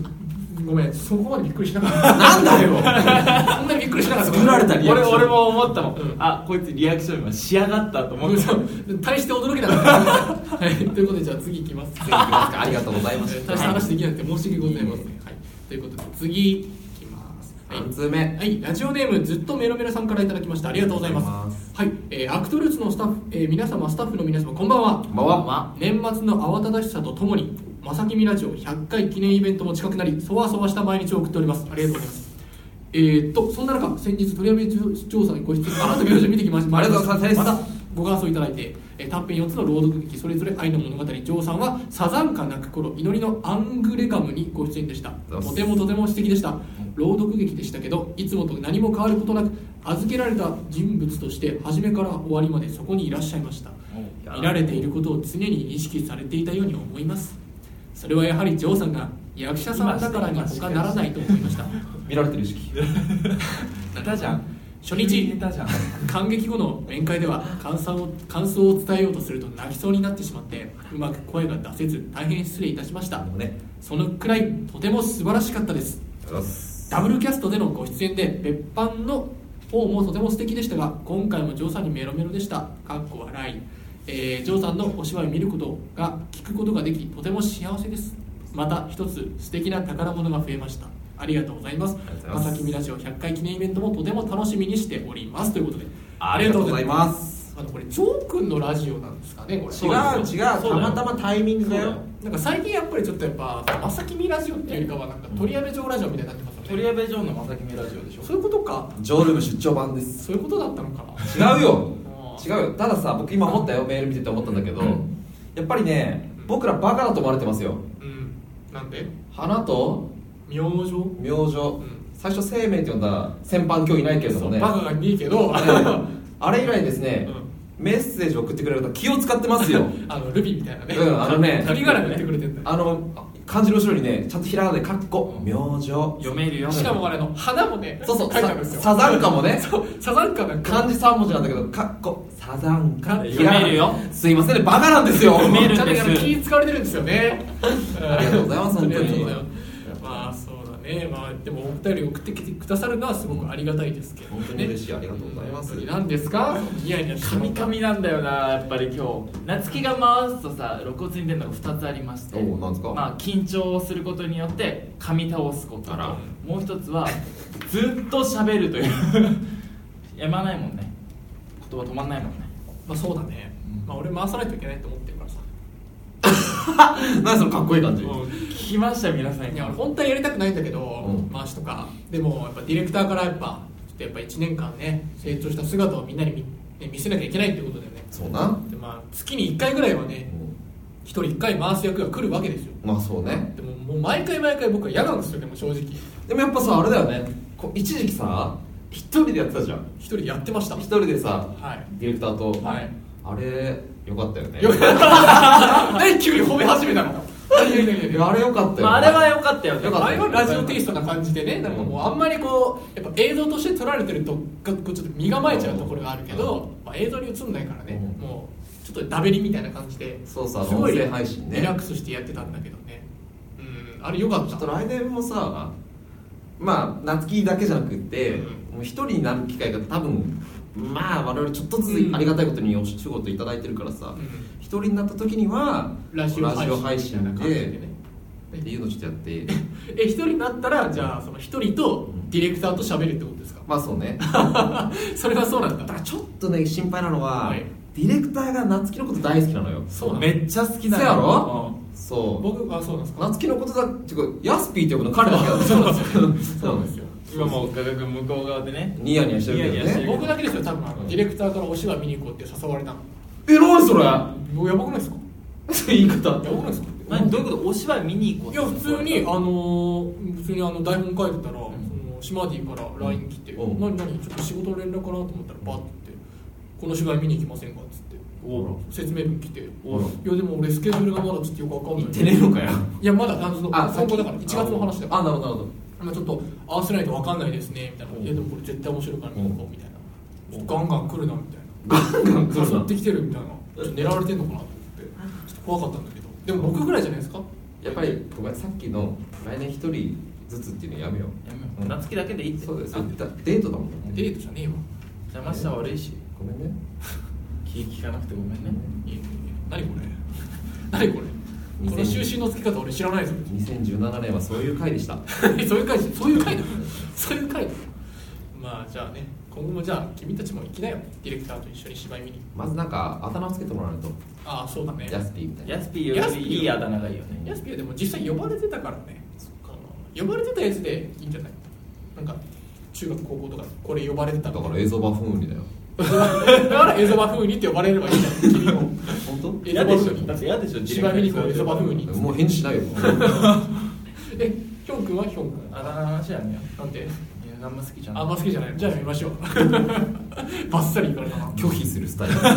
Speaker 2: ごめんそこまでびっくりしなかった
Speaker 1: なんだよ
Speaker 2: そんなにびっくりしなかった
Speaker 1: 作られたリアク
Speaker 3: 俺
Speaker 1: ション
Speaker 3: 俺も思ったもん、
Speaker 2: うん
Speaker 3: あこいつリアクション今仕上がったと
Speaker 2: も
Speaker 3: 思
Speaker 2: う
Speaker 3: っ
Speaker 2: そ
Speaker 3: た
Speaker 2: う大して驚きなかった、はい、ということでじゃあ次いきます次行き ます
Speaker 1: ありがとうございま
Speaker 2: えー
Speaker 1: した
Speaker 2: 大して話できなくて申し訳ございません、はい、ということで次いきます、はい
Speaker 1: 3通目
Speaker 2: はい、ラジオネームずっとメロメロさんからいただきましたありがとうございます
Speaker 1: ありがとうござい
Speaker 2: はい、えーアクトルーツのスタッフ、えー皆様スタッフの皆様こんばんは
Speaker 1: ま
Speaker 3: こんばん
Speaker 1: は
Speaker 3: は
Speaker 2: 年末の慌ただしさとともに「まさきみラジオ100回記念イベント」も近くなりそわそわした毎日を送っておりますありがとうございますえー、っとそんな中先日取り上げ調査にご出演あなた教授見てきました
Speaker 1: ありがとうございます
Speaker 2: またご感想いただいて、えー短編4つの朗読劇それぞれ愛の物語ジョーさんはサザンカ泣く頃祈りのアングレガムにご出演でした
Speaker 1: ざいます
Speaker 2: とてもとても素敵でした朗読劇でしたけどいつもと何も変わることなく預けられた人物として初めから終わりまでそこにいらっしゃいました見られていることを常に意識されていたように思いますそれはやはりジョーさんが役者さんだからに他ならないと思いました
Speaker 1: 見られてる意識
Speaker 3: いたじゃん
Speaker 2: 初日
Speaker 3: いたじゃん
Speaker 2: 感激後の面会では感想を感想を伝えようとすると泣きそうになってしまってうまく声が出せず大変失礼いたしました
Speaker 1: ね
Speaker 2: そのくらいとても素晴らしかったですダブルキャストでのご出演で別班の方もとても素敵でしたが今回もジョーさんにメロメロでしたかっこ笑い、えージョーさんのお芝居見ることが聞くことができとても幸せですまた一つ素敵な宝物が増えましたありがとうございます
Speaker 1: ありがとうござい
Speaker 2: ま
Speaker 1: ます
Speaker 2: さきみラジオ100回記念イベントもとても楽しみにしておりますということで
Speaker 1: ありがとうございます
Speaker 2: あのこれジョー君のラジオなんですかねこれ
Speaker 1: 違う違うたまたまタイミングだよ
Speaker 2: なんか最近やっぱりちょっとやっぱまさきみラジオっていうよりかはなんか取り上げ上ラジオみたいになってますよね
Speaker 3: 鳥籔ジョーンのまさきみラジオでしょ
Speaker 2: そういうことか
Speaker 1: ジョールーム出張版です
Speaker 2: そういうことだったのかな
Speaker 1: 違うよ
Speaker 2: あー
Speaker 1: 違うよたださ僕今思ったよメール見てて思ったんだけど
Speaker 2: うん
Speaker 1: やっぱりね
Speaker 2: うん
Speaker 1: 僕らバカだと思われてますよ
Speaker 2: うんなんで
Speaker 1: 花と
Speaker 2: 明星
Speaker 1: 明星
Speaker 2: ん
Speaker 1: 最初生命って呼んだら先般今日いないけれどもね
Speaker 2: バカがいいけど、
Speaker 1: あれ以来ですねメッセージを送ってくれる方気を使ってます よ
Speaker 2: あのルビーみたいなね、
Speaker 1: うんあのね
Speaker 2: 鳥柄が言ってくれてんだ
Speaker 1: あの漢字の後ろにねちゃんとひらがなで「かっこ明星」
Speaker 3: 読めるよ
Speaker 2: よしかもあれの花もね
Speaker 1: そうそう
Speaker 2: 書いてあるんですよ
Speaker 1: ササザンカもね
Speaker 2: そうサザンカなんか
Speaker 1: 漢字3文字なんだけど「かっこサザンカ」
Speaker 2: 読
Speaker 3: めるよ
Speaker 1: すいませんねバカなんですよ
Speaker 3: 読めるんで
Speaker 2: ち
Speaker 3: す
Speaker 2: ゃんとだから気使われてるんですよね
Speaker 1: ありがとうございます
Speaker 2: ん
Speaker 1: 本当に
Speaker 2: ありがとうございますまあそうだねまあでもお二人送ってきてくださるのはすごくありがたいですけどね
Speaker 1: 本当に嬉しいありがとうございます
Speaker 2: 本当に何ですかニヤニヤして
Speaker 3: カミカミなんだよなやっぱり今日夏希が回すとさ露骨に出るのが2つありまして
Speaker 1: おうなんですか
Speaker 3: まあ、緊張をすることによって噛み倒すこと
Speaker 1: あら
Speaker 3: もう一つはずっと喋るという やまないもんね言葉止まんないもんね
Speaker 2: まあそうだね
Speaker 1: うん
Speaker 2: まあ俺回さないといけないと思ってるからさ
Speaker 1: 何そのかっこいい感じ
Speaker 2: うん
Speaker 3: 聞きました皆さん
Speaker 2: いや俺本当はやりたくないんだけど、
Speaker 1: うん
Speaker 2: 回しとかでもやっぱディレクターからやっぱちょっとやっぱ1年間ね成長した姿をみんなに見,、ね見せなきゃいけないってことだよね
Speaker 1: そうな
Speaker 2: でまあ月に1回ぐらいはね1人1回回す役が来るわけですよ
Speaker 1: まあそうね
Speaker 2: でももう毎回毎回僕は嫌なんですよでも正直1
Speaker 1: でもやっぱさあれだよねこう一時期さ一人でやってたじゃん
Speaker 2: 人でやってました
Speaker 1: 一人でさ
Speaker 2: はい
Speaker 1: ディレクターと、
Speaker 2: はい
Speaker 1: あれよかったよね
Speaker 2: よ 何急に褒め始めたのいやいやいやい
Speaker 1: い
Speaker 2: や
Speaker 1: やあれよかったよ、
Speaker 3: まあ、あれは良かったよね
Speaker 1: 良かった
Speaker 2: あれはラジオテイストな感じでね、なんかもうあんまりこう、やっぱ映像として撮られてると、がこうちょっと身構えちゃうところがあるけど、まあ、映像に映んないからね、
Speaker 1: うん
Speaker 2: もうちょっとダベりみたいな感じで、
Speaker 1: そうそうあ
Speaker 2: す
Speaker 1: の
Speaker 2: ごい
Speaker 1: 音
Speaker 2: リ
Speaker 1: 声
Speaker 2: ラ
Speaker 1: 配信ね
Speaker 2: ックスしてやってたんだけどね、うん、あれよかっ
Speaker 1: ちょ
Speaker 2: た
Speaker 1: っと。来年もさまあ夏希だけじゃなくって、
Speaker 2: うん
Speaker 1: もう一人になる機会が多分まあ我々ちょっとず
Speaker 2: うん
Speaker 1: つありがたいことにお仕事いただいてるからさ、
Speaker 2: うん
Speaker 1: 一人になった時には
Speaker 2: ラジオ配信
Speaker 1: ラジオ配信
Speaker 2: みたいな感じで
Speaker 1: で
Speaker 2: ね
Speaker 1: っていうのをちょっとやって
Speaker 2: え一人になったらじゃあその一人とディレクターと喋るってことですか
Speaker 1: まあそう ね
Speaker 2: それはそうなん
Speaker 1: た
Speaker 2: だ
Speaker 1: だちょっとね心配なのは、
Speaker 2: はい
Speaker 1: ディレクターが夏希のこと大好きなのよ
Speaker 2: そうなんだ
Speaker 3: めっちゃ好きな
Speaker 1: せやろ
Speaker 2: あ
Speaker 1: そう
Speaker 2: 僕あそうなんですか
Speaker 1: 夏希のことだってかヤスピーって呼ぶの彼だけどそうなんですよ
Speaker 2: そうなんですよ
Speaker 3: 今もう画角向こう側でね
Speaker 1: ニヤニヤしてるけどね
Speaker 3: ニヤニヤし てる
Speaker 2: 僕だけですよ多分あのディレクターからお芝居見に行こうって誘われたの
Speaker 1: え何それ
Speaker 2: もうやばくないですか
Speaker 1: 言い方
Speaker 2: やばくないですか
Speaker 3: 何どういうことお芝居見に行こう
Speaker 2: い
Speaker 3: い
Speaker 2: や普通にあのー普通にあの台本書いてたら、
Speaker 3: ん
Speaker 2: そのシマディから LINE 来て「
Speaker 1: うん
Speaker 2: 何何ちょっと仕事の連絡かな?」と思ったらバッて「この芝居見に行きませんか?」っつって
Speaker 1: おら
Speaker 2: 説明文来て「いや
Speaker 1: おら
Speaker 2: でも俺スケジュールがまだちょっとよくわかんない」
Speaker 1: 行ってねえのかよ
Speaker 2: いやまだあのその
Speaker 1: あ
Speaker 2: 参考だから1月の話だから
Speaker 1: あなるほどなるほど
Speaker 2: まあちょっと合わせないとわかんないですねみたいな「
Speaker 1: うん
Speaker 2: いやでもこれ絶対面白いから見に行こう」みたい
Speaker 1: うん
Speaker 2: な「ちょっとガンガン来るな」みたいな
Speaker 1: ガンガン来る
Speaker 2: 誘
Speaker 1: な
Speaker 2: ってきてるみたいなちょっと狙われてんのかなと思ってちょっと怖かったんだけどでも僕ぐらいじゃないですか
Speaker 1: やっぱりごめんさっきの来年一人ずつっていうのやめよう
Speaker 3: やめよう夏希だけでいいって
Speaker 1: そうです
Speaker 3: あ
Speaker 1: よだデートだもん
Speaker 2: デートじゃねえわ
Speaker 3: 邪魔したら悪いし
Speaker 1: ごめんね
Speaker 3: 気聞かなくてごめんね
Speaker 2: いやいや何これ 何これこの収集の付け方俺知らないぞ
Speaker 1: 2017年はそういう回でした
Speaker 2: そういう回そういう回だ そういう回だまあじゃあね今後もじゃあ君たちも行きなよディレクターと一緒に芝居見に
Speaker 1: まずなんか頭つけてもらわないと
Speaker 2: ああそうだね
Speaker 1: ヤスピーみたいな
Speaker 3: ヤスピーよりいいあだ名がいいよね
Speaker 2: ヤスピはでも実際呼ばれてたからねあの呼ばれてたやつでいいんじゃないなんか中学高校とかこれ呼ばれてた
Speaker 1: だ
Speaker 2: の
Speaker 1: から映像版風にだよ
Speaker 2: だ からエゾバ風にって呼ばれればいいんじゃない君 も
Speaker 1: 本当
Speaker 2: エゾバ風
Speaker 3: だって
Speaker 2: に
Speaker 3: 嫌でしょ
Speaker 2: 芝居見に行こうエゾバ風に
Speaker 1: もう返事しない よ
Speaker 2: えヒョン君はヒョン君
Speaker 3: あだ名の話やめよう
Speaker 2: なんて
Speaker 3: いやあんま好きじゃない
Speaker 2: あんま好きじゃないじゃあ見ましょう バッサリいかれたな
Speaker 1: 拒否するスタイル
Speaker 2: とい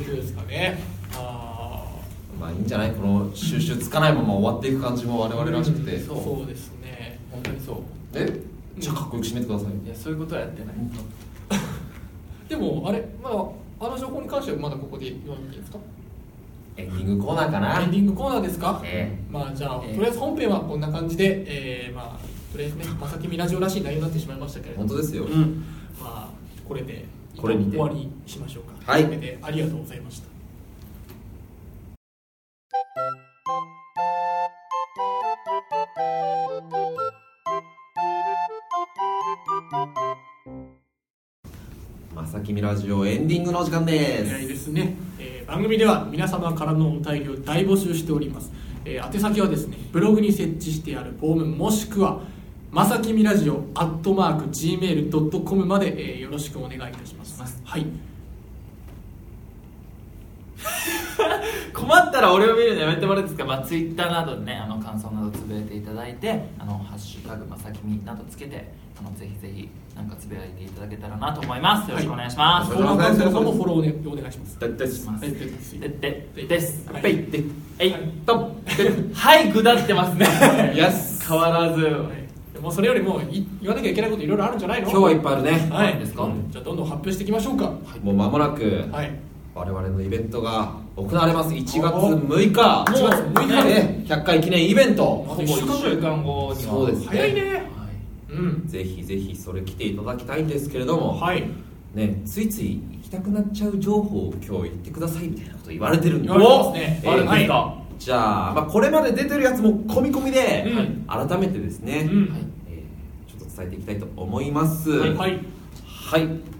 Speaker 2: うことですかねあ
Speaker 1: まあいいんじゃないこの収集つかないまま終わっていく感じも我々らしくて
Speaker 2: ーそうそうですね
Speaker 3: 本当にそう
Speaker 1: えじゃあかっこよく締めてください
Speaker 3: いやそういうことはやってない
Speaker 2: でもあれまああの情報に関してはまだここで言わなくていいですか
Speaker 1: エンディングコーナーかな
Speaker 2: エンディングコーナーですか、
Speaker 1: え
Speaker 2: まあじゃあ、
Speaker 3: ええ
Speaker 2: とりあえず本編はこんな感じで、えーまあとりあえずねまさきみラジオらしい内容になってしまいましたけれど
Speaker 1: 本
Speaker 2: も
Speaker 1: 当ですよ、
Speaker 3: ん
Speaker 2: まあこれで
Speaker 1: これにて
Speaker 2: 終わりにしましょうか
Speaker 1: はい
Speaker 2: とうわけでありがとうございました
Speaker 1: まさきみラジオエンディングのお時間で
Speaker 2: えー
Speaker 1: す
Speaker 2: ですね、えー番組では皆様からのお便りを大募集しております、えー宛先はですねブログに設置してあるフォームもしくはまさきみラジオアットマーク Gmail.com まで、えーよろしくお願いいたしますはい
Speaker 3: 困ったら俺を見るのやめてもらっていいですか、まあ、ツイッターなどでねあの感想などつぶやいていただいて「あのハッシュタグまさきみ」などつけてあのぜひぜひなんかつぶやいていただけたらなと思いますよろしくお願いします、
Speaker 1: は
Speaker 2: コー
Speaker 1: い
Speaker 2: ナー感想もフォロー、ね、お願いします
Speaker 1: 大体です
Speaker 3: ます
Speaker 2: えーです
Speaker 3: ででです
Speaker 2: はい
Speaker 3: はいではい
Speaker 1: と
Speaker 3: はいぐだってます ね
Speaker 1: Yes
Speaker 3: 変わらず
Speaker 2: はいもうそれよりもい言わなきゃいけないこといろいろあるんじゃないの
Speaker 1: 今日はいっぱいあるね、
Speaker 2: はい
Speaker 3: ですか
Speaker 2: うんじゃあどんどん発表していきましょうか
Speaker 1: もう間もなく
Speaker 2: はい
Speaker 1: 我々のイベントが行われます1月6日
Speaker 2: お1月6日
Speaker 1: ね100回記念イベント
Speaker 2: あ
Speaker 3: ほ
Speaker 2: と
Speaker 3: ぼ
Speaker 2: 一
Speaker 3: 1
Speaker 2: 週間
Speaker 3: 週間後には
Speaker 1: そうですね
Speaker 2: 早いね
Speaker 3: は
Speaker 2: うん
Speaker 1: ぜひぜひそれ来ていただきたいんですけれども、
Speaker 2: はい
Speaker 1: ね、ついつい行きたくなっちゃう情報を今日言ってくださいみたいなこと言われてるんで
Speaker 2: 言われてますね
Speaker 1: お
Speaker 3: あるんですか、
Speaker 1: じゃあ、まあ、これまで出てるやつも込み込みで、
Speaker 2: うん
Speaker 1: 改めてですね、
Speaker 2: うん
Speaker 3: はい
Speaker 1: えーちょっと伝えていきたいと思います
Speaker 2: はいはい
Speaker 1: はい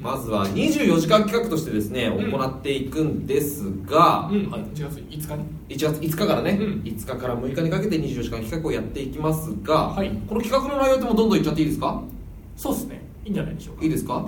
Speaker 1: まずは24時間企画としてですね
Speaker 2: うん
Speaker 1: 行っていくんですが、
Speaker 2: うん1月5日に
Speaker 1: 1月5日からね、
Speaker 2: うん
Speaker 1: 5日から6日にかけて24時間企画をやっていきますが、
Speaker 2: はい
Speaker 1: この企画の内容ってもうどんどんいっちゃっていいですか
Speaker 2: そうですねいいんじゃないでしょうか
Speaker 1: いいですか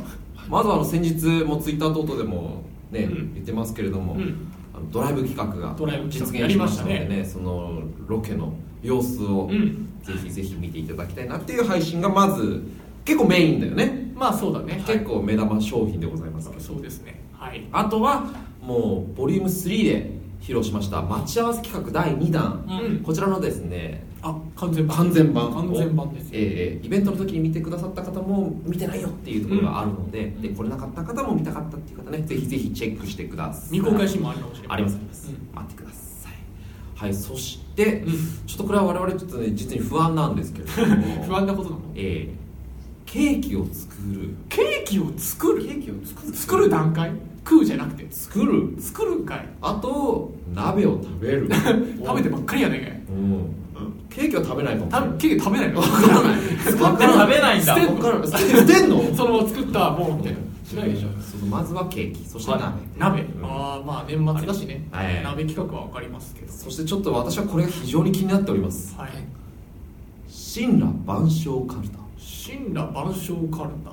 Speaker 1: まずはあの先日もツイッター等々でもね、
Speaker 2: うん
Speaker 1: 言ってますけれども、
Speaker 2: うん
Speaker 1: あのドライブ企画が
Speaker 2: ドライブ
Speaker 1: 実
Speaker 2: 企画
Speaker 1: 現しましたので
Speaker 2: や
Speaker 1: ね
Speaker 2: り
Speaker 1: そのロケの様子を
Speaker 2: うん
Speaker 1: ぜひぜひ見ていただきたいなっていう配信がまず結構メインだよね、
Speaker 2: まあそうだね
Speaker 1: 結構目玉商品でございますけど
Speaker 2: そうですねはい
Speaker 1: あとはもうボリューム3で披露しました待ち合わせ企画第2弾、
Speaker 2: うん
Speaker 1: こちらのですね
Speaker 2: あ完全版
Speaker 1: 完全版を
Speaker 2: 完全版ですよ
Speaker 1: ええイベントの時に見てくださった方も見てないよっていうところがあるので,、
Speaker 2: ん
Speaker 1: で来れなかった方も見たかったっていう方ねぜひぜひチェックしてください
Speaker 2: 未公開シーンもあるかもしれな
Speaker 1: あ
Speaker 2: い
Speaker 1: りますあります、
Speaker 2: うん
Speaker 1: 待ってくださいはいそして、
Speaker 2: うん
Speaker 1: ちょっとこれは我々ちょっとね実に不安なんですけれども
Speaker 2: 不安なことなの
Speaker 1: ええケーキを作る
Speaker 2: ケーキを作る
Speaker 3: ケーキを作る
Speaker 2: 作る段階食うじゃなくて
Speaker 1: 作る
Speaker 2: 作るんかい
Speaker 1: あと鍋を食べる
Speaker 2: 食べてばっかりやねんかい
Speaker 1: うんケーキは食べないかもしれ
Speaker 2: た
Speaker 1: ない
Speaker 2: ケーキ食べないの分からない
Speaker 3: 使って食べないんだ
Speaker 2: 捨てん
Speaker 1: わから
Speaker 2: の
Speaker 1: ん捨てんの
Speaker 2: その作ったもんみたいなしないでしょ
Speaker 1: そうそうまずはケーキそして鍋、
Speaker 2: 鍋
Speaker 1: うん
Speaker 2: ああまあ年末だしね
Speaker 1: はい
Speaker 2: 鍋企画は分かりますけど
Speaker 1: そしてちょっと私はこれが非常に気になっております
Speaker 2: はい
Speaker 1: 神羅万象カルタ
Speaker 2: 神羅万象カルタ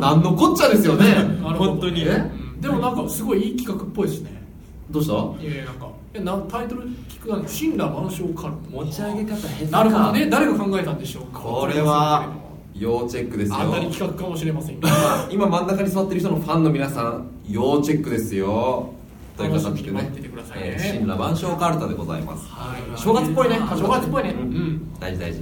Speaker 1: なんのこっちゃです よね
Speaker 2: なるほど
Speaker 1: 本当に
Speaker 2: えうんでもなんかすごいいい企画っぽいですね
Speaker 1: どうした
Speaker 2: いやいやなんかえなタイトル聞くな神羅万象カルタ
Speaker 3: 持ち上げ方下手か
Speaker 2: なるほどね誰が考えたんでしょうか
Speaker 1: これは要チェックですよ
Speaker 2: 当たり企画かもしれませんが
Speaker 1: 今今真ん中に座ってる人のファンの皆さん要チェックですよという形で
Speaker 2: 楽しみに待
Speaker 1: ね
Speaker 2: っててくださいね
Speaker 1: えー神羅万象カルタでございます
Speaker 2: はい
Speaker 1: 正月っぽいね
Speaker 2: 正月っぽいね
Speaker 1: う
Speaker 2: うんん
Speaker 1: 大事大事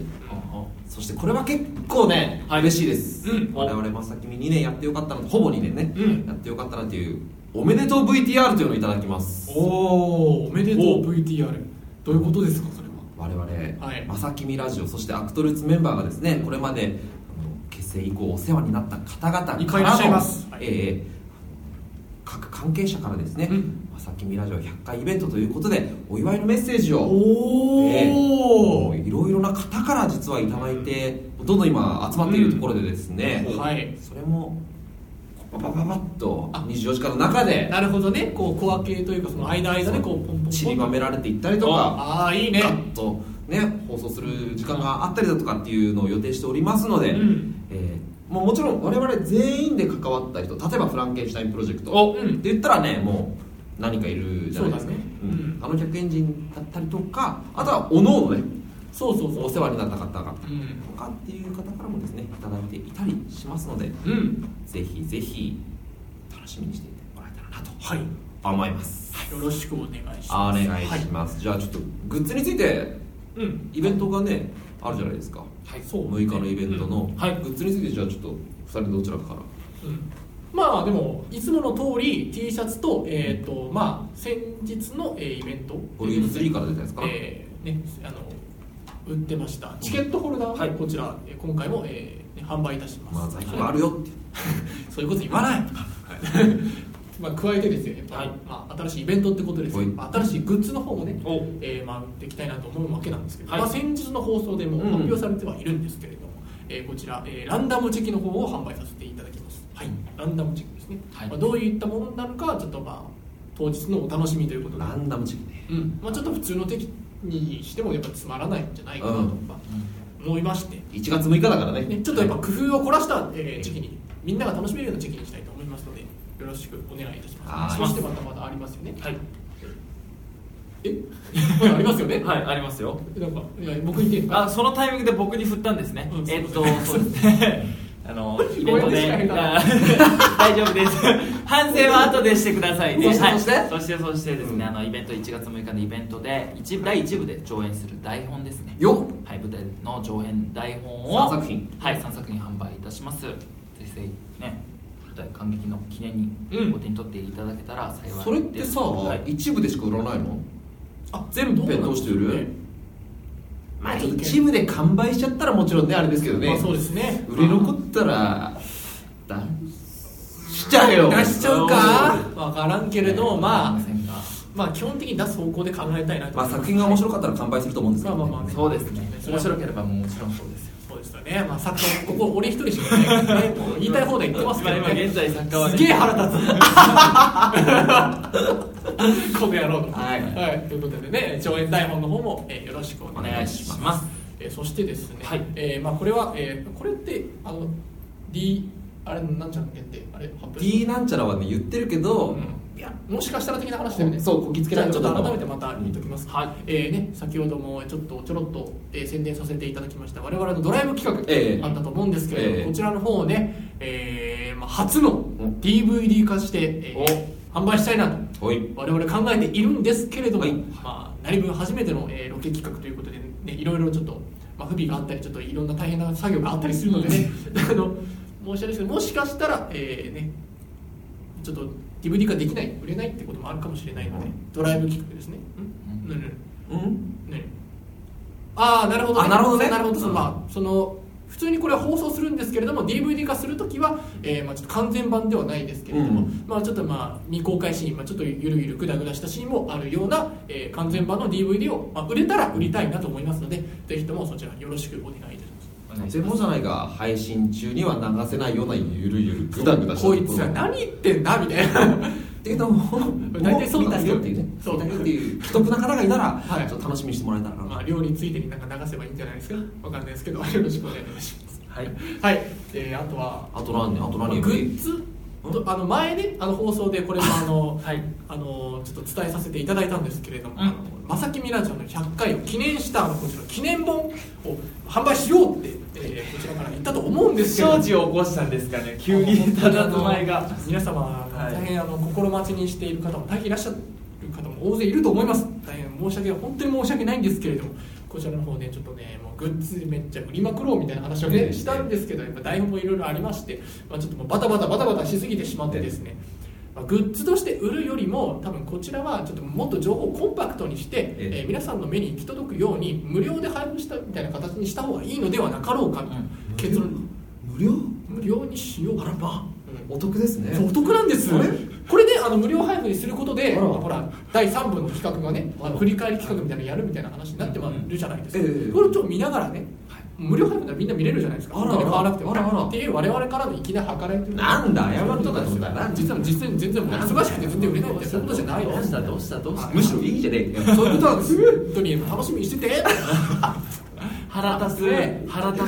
Speaker 1: そしてこれは結構ね嬉しいです
Speaker 2: うん
Speaker 1: 我々まさきみ2年やってよかったなとほぼ2年ね
Speaker 2: うん
Speaker 1: やってよかったなというおめでとう VTR というのをいただきます
Speaker 2: おおおめでとう VTR どういうことですかそれは
Speaker 1: 我々、
Speaker 2: はい
Speaker 1: まさきみラジオそしてアクトルーツメンバーがですねこれまであの結成以降お世話になった方々からの
Speaker 2: いっぱいいらっしゃいますはい
Speaker 1: えー各関係者からですね、
Speaker 2: うん
Speaker 1: まさきみラジオ100回イベントということでお祝いのメッセージをえ
Speaker 2: おお
Speaker 1: ーいろいろな方から実はいただいてどんどん今集まっているところでですね、
Speaker 2: はい
Speaker 1: それもパパパパッと24時間の中で
Speaker 2: なるほどねこう小分けというかその間間でこうポンポンポン
Speaker 1: 散りばめられていったりとか
Speaker 2: ああいいね
Speaker 1: ガッとね放送する時間があったりだとかっていうのを予定しておりますので、
Speaker 2: うん
Speaker 1: えーもうもちろん我々全員で関わった人例えば「フランケンシュタインプロジェクト」
Speaker 2: お
Speaker 1: って言ったらねもう何かいるじゃないですか
Speaker 2: そうだね
Speaker 1: うん
Speaker 2: うん
Speaker 1: あの客エンジンだったりとかあとはおのおのね
Speaker 2: そうそうそう
Speaker 1: お世話になった方が
Speaker 2: うん
Speaker 1: とかっていう方からもですねいただいていたりしますので
Speaker 2: うん
Speaker 1: ぜひぜひ楽しみにしていてもらえたらなと
Speaker 2: はい
Speaker 1: 思います
Speaker 2: よろしくお願いします
Speaker 1: お願い
Speaker 2: は
Speaker 1: します、じゃあちょっとグッズについて
Speaker 2: うん
Speaker 1: イベントがねあるじゃないですか
Speaker 2: はいそう
Speaker 1: 6日のイベントの、
Speaker 2: うんはい
Speaker 1: グッズについてじゃあちょっと2人どちらかから
Speaker 2: うんまあでもいつもの通り T シャツと,、えーとまあ、先日の、えーイベント
Speaker 1: ボリューム3から出たやつかな、
Speaker 2: えーね、あの売ってましたチケットホルダー、こちらえー今回も、えーね販売いたします、
Speaker 1: まあ在庫があ
Speaker 2: はい
Speaker 1: るよって、
Speaker 2: そういうこと言わないまあ加えてですね、まあまあ、新しいイベントってことです
Speaker 1: はい
Speaker 2: まあ新しいグッズの方もね、
Speaker 3: お
Speaker 2: えーまあ、売っていきたいなと思うわけなんですけど、まあ、先日の放送でも
Speaker 1: うん
Speaker 2: 発表されてはいるんですけれども、えーこちら、えーランダムチェキの方を販売させていただきます、はい、ランダムチェキですね、
Speaker 3: はい
Speaker 2: まあ、どういったものなのかちょっとまあ当日のお楽しみということで
Speaker 1: ランダムチェックね
Speaker 2: うんまあ、ちょっと普通の敵にしてもやっぱつまらないんじゃないかなと
Speaker 1: うん
Speaker 2: まあ思いまして、
Speaker 1: 1月6日だからね
Speaker 2: ね、ちょっとやっぱ工夫を凝らした、えー、時期にみんなが楽しめるような時期にしたいと思いますのでよろしくお願いいたしま
Speaker 1: はい
Speaker 2: すそしてまたまだありますよね
Speaker 3: はい
Speaker 2: え まだありますよね
Speaker 3: はいありますよ
Speaker 2: なんかいや僕に言ってんの
Speaker 3: あそのタイミングで僕に振ったんですね、
Speaker 2: うん
Speaker 3: えっとそうですね あのイベント
Speaker 2: ごめんね仕掛け
Speaker 3: で
Speaker 2: た
Speaker 3: あ ー大丈夫です反省は後でしてくださいね
Speaker 1: そして
Speaker 3: はい
Speaker 1: そして
Speaker 3: そしてそしてですね、
Speaker 1: うん
Speaker 3: あのイベント1月6日のイベントで一部第1部で上演する台本ですね
Speaker 1: よ
Speaker 3: はい舞台の上演台本を
Speaker 1: 三作品
Speaker 3: はい3作品販売いたしますぜひぜひね舞台感激の記念にお手に取っていただけたら幸いです、
Speaker 1: それってさ、
Speaker 3: はい
Speaker 1: 一部でしか売らないの
Speaker 2: あ
Speaker 1: 全部
Speaker 2: どうなん
Speaker 1: どうして売るまあ
Speaker 2: ちょっと
Speaker 1: 一部で完売しちゃったらもちろんねあれですけどね、
Speaker 2: まあそうですね
Speaker 1: 売れ残ったら出しちゃえよ
Speaker 2: 出しちゃうかわからんけれどま
Speaker 3: わかり
Speaker 2: あ
Speaker 3: ませんが
Speaker 2: まあ基本的に出す方向で考えたいなと
Speaker 1: まあ、
Speaker 2: 思います
Speaker 1: 作品が面白かったら完売すると思うんですけど、ね、
Speaker 2: まあまあまあ
Speaker 3: そうですね面白ければもちろんそうですよ
Speaker 2: そうですよね、まあ、作家もここ俺一人しかいないから ね、もう言いたい放題言ってますけど、ね、
Speaker 3: 今今現在作家はね
Speaker 2: すげえ腹立つ この野郎と、
Speaker 1: はい
Speaker 2: ということでね上演台本の方も、えーよろしくお
Speaker 3: お
Speaker 2: 願い
Speaker 3: 願い
Speaker 2: し
Speaker 3: し
Speaker 2: ます
Speaker 3: ます
Speaker 2: えーそしてですね、
Speaker 3: はい
Speaker 2: えーまあ、これは、えーこれってあの D あれなんちゃら限定あれ発表
Speaker 1: D なんちゃらはね言ってるけど、
Speaker 2: うんいやもしかしたら的な話だよね
Speaker 1: そうこぎつけられちゃった
Speaker 2: じ
Speaker 1: の
Speaker 2: ゃあちょっと改めてまた見ときます、はいえーね、先ほどもちょっとちょろっと、えー宣伝させていただきました我々のドライブ企
Speaker 1: ええ
Speaker 2: 画あったと思うんですけれども、
Speaker 1: ええ
Speaker 2: こちらの方をね、えーまあ、初の
Speaker 1: ん
Speaker 2: DVD 化して、えー販売したいなと
Speaker 1: おい
Speaker 2: 我々考えているんですけれども、
Speaker 1: はい
Speaker 2: まあ、何分初めての、えーロケ企画ということで、ね、いろいろちょっと、まあ、不備があったりちょっといろんな大変な作業があったりするのでね あの申し訳ないですけどもしかしたら、えーね、ちょっと DVD 化できない売れないってこともあるかもしれないのでドライブ企画ですね。んうんうん
Speaker 1: うん
Speaker 2: ねああなるほど、
Speaker 1: あなるほどね
Speaker 2: なるほどその、
Speaker 1: うん
Speaker 2: まあその普通にこれは放送するんですけれども DVD 化するときは、えーまあ、ちょっと完全版ではないですけれども、
Speaker 1: うん
Speaker 2: まあ、ちょっとまあ未公開シーン、まあ、ちょっとゆるゆるグダグダしたシーンもあるような、えー完全版の DVD を、まあ、売れたら売りたいなと思いますのでぜひともそちらよろしくお願いいたします
Speaker 3: お願いし
Speaker 1: で
Speaker 3: ま
Speaker 1: も
Speaker 3: す
Speaker 1: じゃないが配信中には流せないようなゆるゆるグダグダした
Speaker 2: こいつは何言ってんだみたいな
Speaker 1: っていうのも
Speaker 2: 大体そう
Speaker 1: 見
Speaker 2: なん
Speaker 1: た
Speaker 2: です
Speaker 1: い
Speaker 2: よ
Speaker 1: よっていうね
Speaker 2: そう
Speaker 1: 見たいよっていう既得な方がいたら、
Speaker 2: はい
Speaker 1: ちょっと楽しみにしてもらえたらな、
Speaker 2: まあ料理ついてになんか流せばいいんじゃないですかわかんないですけどよろしくお願いいたします
Speaker 3: はい
Speaker 2: はい、えー、あとは
Speaker 1: あと何ねあと
Speaker 2: まあ
Speaker 1: 何
Speaker 2: グッズとあの前ねあの放送でこれもあ の、
Speaker 3: はい
Speaker 2: あのちょっと伝えさせていただいたんですけれども、
Speaker 3: うん
Speaker 2: あのまさきみラジオの100回を記念したあのこちら記念本を販売しようって、えーこちらから言ったと思うんですけれども
Speaker 3: 不祥事を起こしたんですかね急 にただ名前が
Speaker 2: 皆様が
Speaker 3: はい
Speaker 2: 大変あの心待ちにしている方も大変いらっしゃる方も大勢いると思います大変申し訳本当に申し訳ないんですけれどもこちらの方でちょっとねもうグッズめっちゃ売りまくろうみたいな話をねしたんですけどやっぱ台本もいろいろありまして、まあ、ちょっともうバタバタバタバタしすぎてしまってですねまあグッズとして売るよりも多分こちらはちょっともっと情報をコンパクトにして、
Speaker 1: ええ
Speaker 2: えー皆さんの目に行き届くように無料で配布したみたいな形にした方がいいのではなかろうかと、
Speaker 1: ん
Speaker 2: 結論
Speaker 1: 無料
Speaker 2: 無料にしようかな、うん
Speaker 1: お得ですね
Speaker 2: そうお得なんです
Speaker 1: あれ
Speaker 2: これねあの無料配布にすることで
Speaker 1: あら
Speaker 2: ほら第3部の企画がねあ
Speaker 1: あ
Speaker 2: の
Speaker 1: ら
Speaker 2: 振り返り企画みたいなのやるみたいな話になってまるじゃないですか、
Speaker 1: うんええ
Speaker 2: これをちょっと見ながらね、無料配布ならみんな見れるじゃないですか
Speaker 1: あら
Speaker 2: 本当に買わなくても
Speaker 1: あらあら
Speaker 2: っていう我々からの粋な計らいというか
Speaker 1: なんだ謝
Speaker 2: そういう
Speaker 1: る
Speaker 2: ことと
Speaker 1: かと
Speaker 2: なんで
Speaker 1: 思
Speaker 2: す
Speaker 1: った
Speaker 2: よ
Speaker 1: ら
Speaker 2: 実は実際全然もう忙しくて全然売れないってそういうことじゃない
Speaker 3: ど
Speaker 2: で
Speaker 3: う
Speaker 2: す
Speaker 3: したどうしたどうした
Speaker 1: むしろいいじゃねえかよ
Speaker 2: そういうことなんですよ本当に楽しみにしてて
Speaker 3: 腹立つ腹立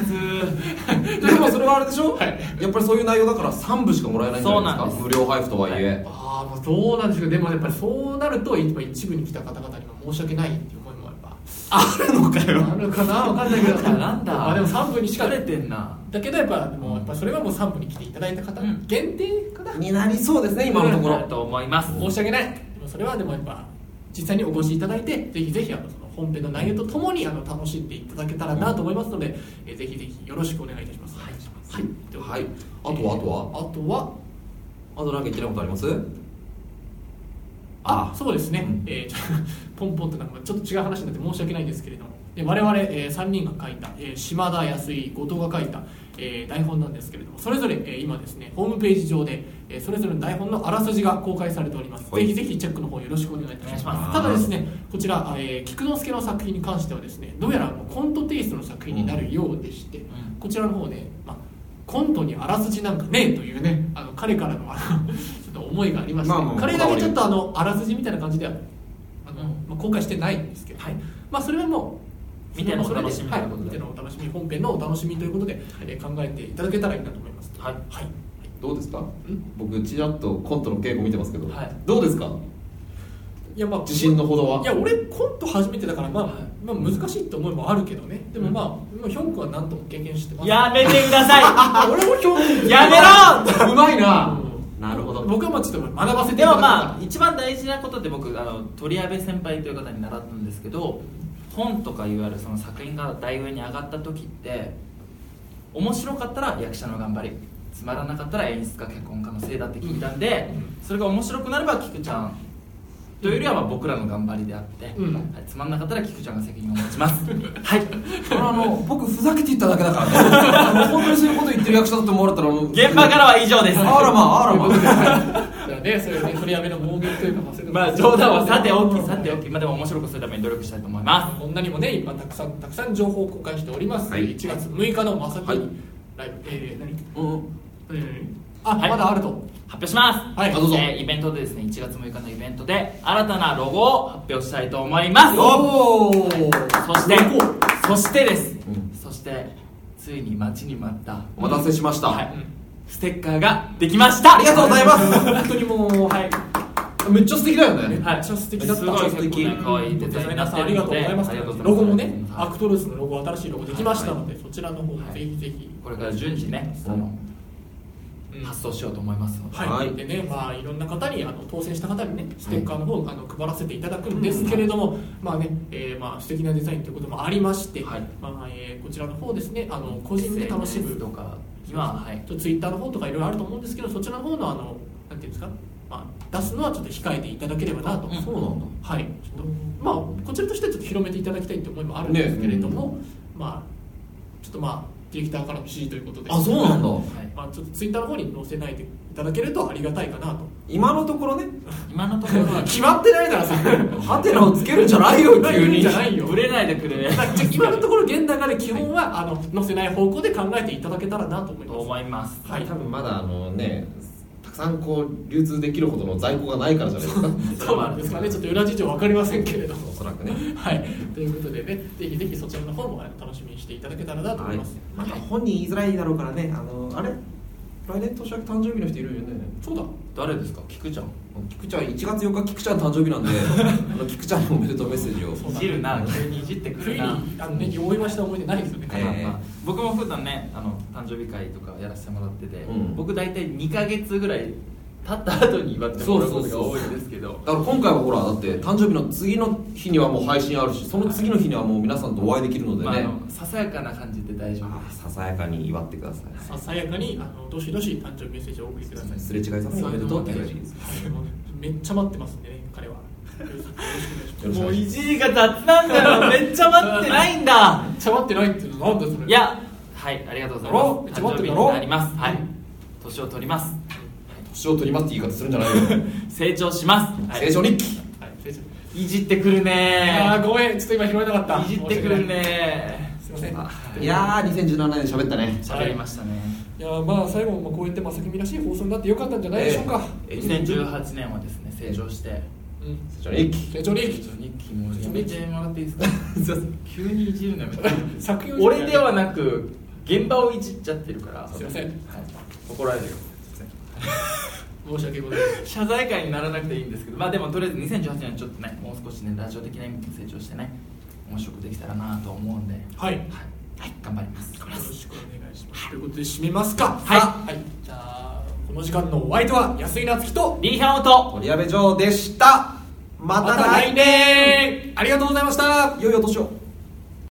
Speaker 1: でもそれはあれでしょ、
Speaker 2: はい
Speaker 1: やっぱりそういう内容だから3部しかもらえないんじゃないですか
Speaker 3: そうなんです
Speaker 1: 無料配布とはいえ、
Speaker 2: ああまあそうなんですけどでもやっぱりそうなると今一部に来た方々にも申し訳ないっていう思いもやっ ぱ
Speaker 1: あるのか
Speaker 2: あるかなわかんないけど
Speaker 3: なんだ
Speaker 2: あでも3分にしか
Speaker 3: 疲れてんな
Speaker 2: だけどやっぱもうやっぱそれはもう3部に来ていただいた方
Speaker 3: うん
Speaker 2: 限定かな、
Speaker 1: になりそうですね今のとこ
Speaker 3: なる
Speaker 1: ろ
Speaker 3: と思います
Speaker 2: 申し訳ないでもそれはでもやっぱ実際にお越しいただいてぜひぜひあのその本編の内容とともにあの楽しんでいただけたらなと思いますので、えーぜひぜひよろしくお願いいたしますはい、はいということで
Speaker 1: はいあとはあとは
Speaker 2: あとは
Speaker 1: あとなんか言ってないことあります
Speaker 2: あ
Speaker 1: あ
Speaker 2: そうですね、
Speaker 1: うん
Speaker 2: えーちょ ポンポンとなんかちょっと違う話になって申し訳ないんですけれどもで我々、え3人が書いた、えー島田康井後藤が書いた、えー台本なんですけれどもそれぞれ、えー今ですねホームページ上で、えーそれぞれの台本のあらすじが公開されております、
Speaker 1: はい
Speaker 2: ぜひぜひチェックの方よろしくお願いいたし
Speaker 1: お
Speaker 2: ま
Speaker 1: 願いします
Speaker 2: すただですねこちら、えー菊之助の作品に関してはですねどうやらもうコントテイストの作品になるようでして、
Speaker 3: ん
Speaker 2: こちらの方ね、まあ、コントにあらすじなんかねえというねあの彼からのあの ちょっと思いがありまして、
Speaker 1: まあまあまあ
Speaker 2: 彼だけちょっとあのあらすじみたいな感じではあの、
Speaker 3: うん
Speaker 2: まあ、公開してないんですけど、まあ、それはもう
Speaker 3: 見てのお楽しみ
Speaker 2: それで
Speaker 3: とい
Speaker 2: はい、見
Speaker 3: うことで
Speaker 2: てのお楽しみ本編のお楽しみということで、えー考えていただけたらいいなと思います
Speaker 3: はい
Speaker 2: はい、
Speaker 1: どうですか僕ちらっとコントの稽古見てますけど、
Speaker 3: はい
Speaker 1: どうですか
Speaker 2: いやまあ
Speaker 1: 自信のほどはい
Speaker 2: や俺コント初めてだから、まあ
Speaker 3: はい
Speaker 2: まあ難しいって思いもあるけどねでもまあ、まあヒョン君は何とも経験してます
Speaker 3: やめてくださ
Speaker 2: あ俺もヒョン君
Speaker 3: いやめろ
Speaker 1: うまいな
Speaker 2: う
Speaker 1: なるほど
Speaker 2: 僕はまあちょっと学ばせてい
Speaker 3: で
Speaker 2: ただ
Speaker 3: も
Speaker 2: く
Speaker 3: まあ一番大事なことって僕あの鳥矢部先輩という方に習ったんですけど本とかいわゆるその作品が台上に上がった時って面白かったら役者の頑張りつまらなかったら演出家脚本家のせいだって聞いたんで、それが面白くなれば菊ちゃんというよりはまあ僕らの頑張りであって、
Speaker 2: うん
Speaker 3: はい、つまんなかったら菊ちゃんが責任を持ちます はい
Speaker 1: これあの僕ふざけて言っただけだからね本当にそういうこと言ってる役者だと思われたら
Speaker 3: 現場からは以上です
Speaker 1: あらまあらま
Speaker 2: だからね、それね、取りやめの暴言というか、まあそれでも
Speaker 3: まあ冗談はさておきさておきまあでも面白くするために努力したいと思います
Speaker 2: こんなにもね、今たくさん、たくさん情報を公開しております。
Speaker 1: はい
Speaker 2: 1月6日のまさき、
Speaker 1: はい
Speaker 2: ライブ、えー、何
Speaker 1: うん
Speaker 2: 何何あ、
Speaker 3: はい
Speaker 2: まだあると。
Speaker 3: 発表します
Speaker 2: はい
Speaker 1: あどうぞ
Speaker 3: えーイベントでですね1月6日のイベントで新たなロゴを発表したいと思います
Speaker 1: おお
Speaker 3: そして
Speaker 2: ロ
Speaker 3: そしてです、
Speaker 1: うん
Speaker 3: そしてついに待ちに待った
Speaker 1: お待たせしました、
Speaker 3: はい、ステッカーができました
Speaker 1: ありがとうございます
Speaker 3: 本当にもうはい
Speaker 1: めっちゃ素敵だよね
Speaker 3: はい
Speaker 2: めっちゃ素敵だった
Speaker 3: すごい
Speaker 2: 素
Speaker 3: 結構
Speaker 2: 敵
Speaker 3: ね可愛いデザインになって
Speaker 2: あり
Speaker 3: る
Speaker 2: が
Speaker 3: の
Speaker 2: とうご
Speaker 3: で
Speaker 2: ざいます。
Speaker 3: ありがとうござい
Speaker 2: ロ
Speaker 3: ます
Speaker 2: ゴもね、
Speaker 3: は
Speaker 2: ア
Speaker 3: い
Speaker 2: クトルースのロゴ、新しいロゴできましたので、そちらの方、
Speaker 3: はい
Speaker 2: ぜひぜひ。
Speaker 3: これから順次ねあの
Speaker 2: うん
Speaker 3: 発送しようと思いますので、
Speaker 2: はい、
Speaker 1: はい
Speaker 2: でね、まあ、いろんな方にあの当選した方にねステッカーの方、あの配らせていただくんですけれども、まあね、えーまあ素敵なデザインということもありまして、
Speaker 3: はい
Speaker 2: まあえーこちらの方ですねあの個人で楽し
Speaker 3: SNS
Speaker 2: む
Speaker 3: とか今ははい
Speaker 2: とツイッターの方とかいろいろあると思うんですけどそちらの方のあのなんていうんですか、まあ、出すのはちょっと控えていただければなと、
Speaker 3: うん
Speaker 1: そうなんだ
Speaker 2: はいちょっとまあこちらとしてはちょっと広めていただきたいという思いもあるんですけれども、まあちょっとまあディレクターからの指示ということで
Speaker 1: あそうなんだ
Speaker 3: はい
Speaker 2: まあ、ちょっとツイッターの方に載せないでいただけるとありがたいかなと
Speaker 1: 今のところね
Speaker 3: 今のところは
Speaker 2: 決まってないなら さ
Speaker 1: ハテナをつけるんじゃないよ 急
Speaker 2: いいん
Speaker 1: に
Speaker 2: じゃないよ
Speaker 3: ぶれないでくれ
Speaker 2: だから今のところ現段階で基本は、あの載せない方向で考えていただけたらなと思い
Speaker 3: と
Speaker 2: ます
Speaker 3: 思います
Speaker 2: はい
Speaker 1: 多分まだあのねたくさんこう流通できるほどの在庫がないからじゃない ですか
Speaker 2: そうなんですかねちょっと裏事情分かりませんけれども
Speaker 1: おそらくね
Speaker 2: はいということでねぜひぜひそちらの方もあの楽しみにしていただけたらなと思います、
Speaker 1: また本人言いづらいだろうからねあのあれ来年年明け誕生日の人いるよね
Speaker 2: そうだ
Speaker 3: 誰ですか菊ちゃん
Speaker 1: 菊ちゃん1月4日菊ちゃん誕生日なん であの菊ちゃんのおめでとうメッセージを
Speaker 2: そう
Speaker 3: いじるな急にいじってく
Speaker 2: 冬
Speaker 3: る
Speaker 2: に
Speaker 3: な
Speaker 2: あのね思いました思い出ないですよね、
Speaker 1: ええ
Speaker 3: 僕も普段ねあの誕生日会とかやらせてもらってて、
Speaker 1: うん
Speaker 3: 僕大体2か月ぐらい経った後に祝ってもらうことが多いんですけど
Speaker 1: だから今回はほらだって誕生日の次の日にはもう配信あるしその次の日にはもう皆さんとお会いできるので
Speaker 3: まああ
Speaker 1: ね、
Speaker 3: のささやかな感じで大丈夫
Speaker 1: あ
Speaker 3: で
Speaker 1: ー
Speaker 3: す
Speaker 1: ささやかに祝ってくださ
Speaker 2: ささやかにあのどしどし誕生日メッセージをお送りください
Speaker 1: いすれ違いさせておめでとうって言われていいですか
Speaker 2: はいもうめっちゃ待ってますんでね彼はよろしくお願いします
Speaker 1: よろしくお願
Speaker 2: も
Speaker 1: いしま
Speaker 2: ういい
Speaker 3: いじりが雑なんだよめっちゃ待ってないんだ
Speaker 2: めっちゃ待ってないっていうのなんだよそれ
Speaker 3: いやはいありがとうござい
Speaker 2: だろ
Speaker 3: ま
Speaker 2: めっ
Speaker 3: す
Speaker 2: ちゃ
Speaker 3: 誕
Speaker 2: 待って
Speaker 3: 生日
Speaker 2: るだろ
Speaker 3: になりますはい年を取ります
Speaker 1: 年を取りますって言い方するんじゃ ないよ
Speaker 3: 成長します、はい
Speaker 1: 成長日記
Speaker 2: はい失礼します
Speaker 3: いじってくる
Speaker 2: あ
Speaker 3: ね
Speaker 2: ーごめんちょっと今拾えなかった
Speaker 3: いじってくるね
Speaker 2: すいません
Speaker 1: いやー2017年喋ったね
Speaker 3: 喋りましたね、
Speaker 2: いやーまあ最後もこうやってまさきみらしい放送になってよかったんじゃないでしょうか、
Speaker 1: ええ
Speaker 3: 2018年はですね成長して
Speaker 2: うん
Speaker 1: 成長日記
Speaker 2: 成長利
Speaker 3: ちょ
Speaker 2: 益
Speaker 3: っと日記もやめてもらっていいですか急にいじるのやめて
Speaker 2: 作品を
Speaker 3: 俺ではなく現場をいじっちゃってるから
Speaker 2: すいません
Speaker 3: はい、怒られるよ
Speaker 2: 申し訳ございません
Speaker 3: 謝罪会にならなくていいんですけどまあでもとりあえず2018年はちょっとねもう少しねラジオ的な意味で成長してね面白くできたらなと思うんではい、
Speaker 2: はいよ
Speaker 3: はい、頑張ります
Speaker 2: ろしくお願いしますということで締めますか
Speaker 3: はい
Speaker 2: はい、じゃあこの時間のお相手は安井なつきと
Speaker 3: リーハンオと
Speaker 1: 鳥矢部城でしたまた来年
Speaker 2: 年ありがとうございました
Speaker 1: 良いお年を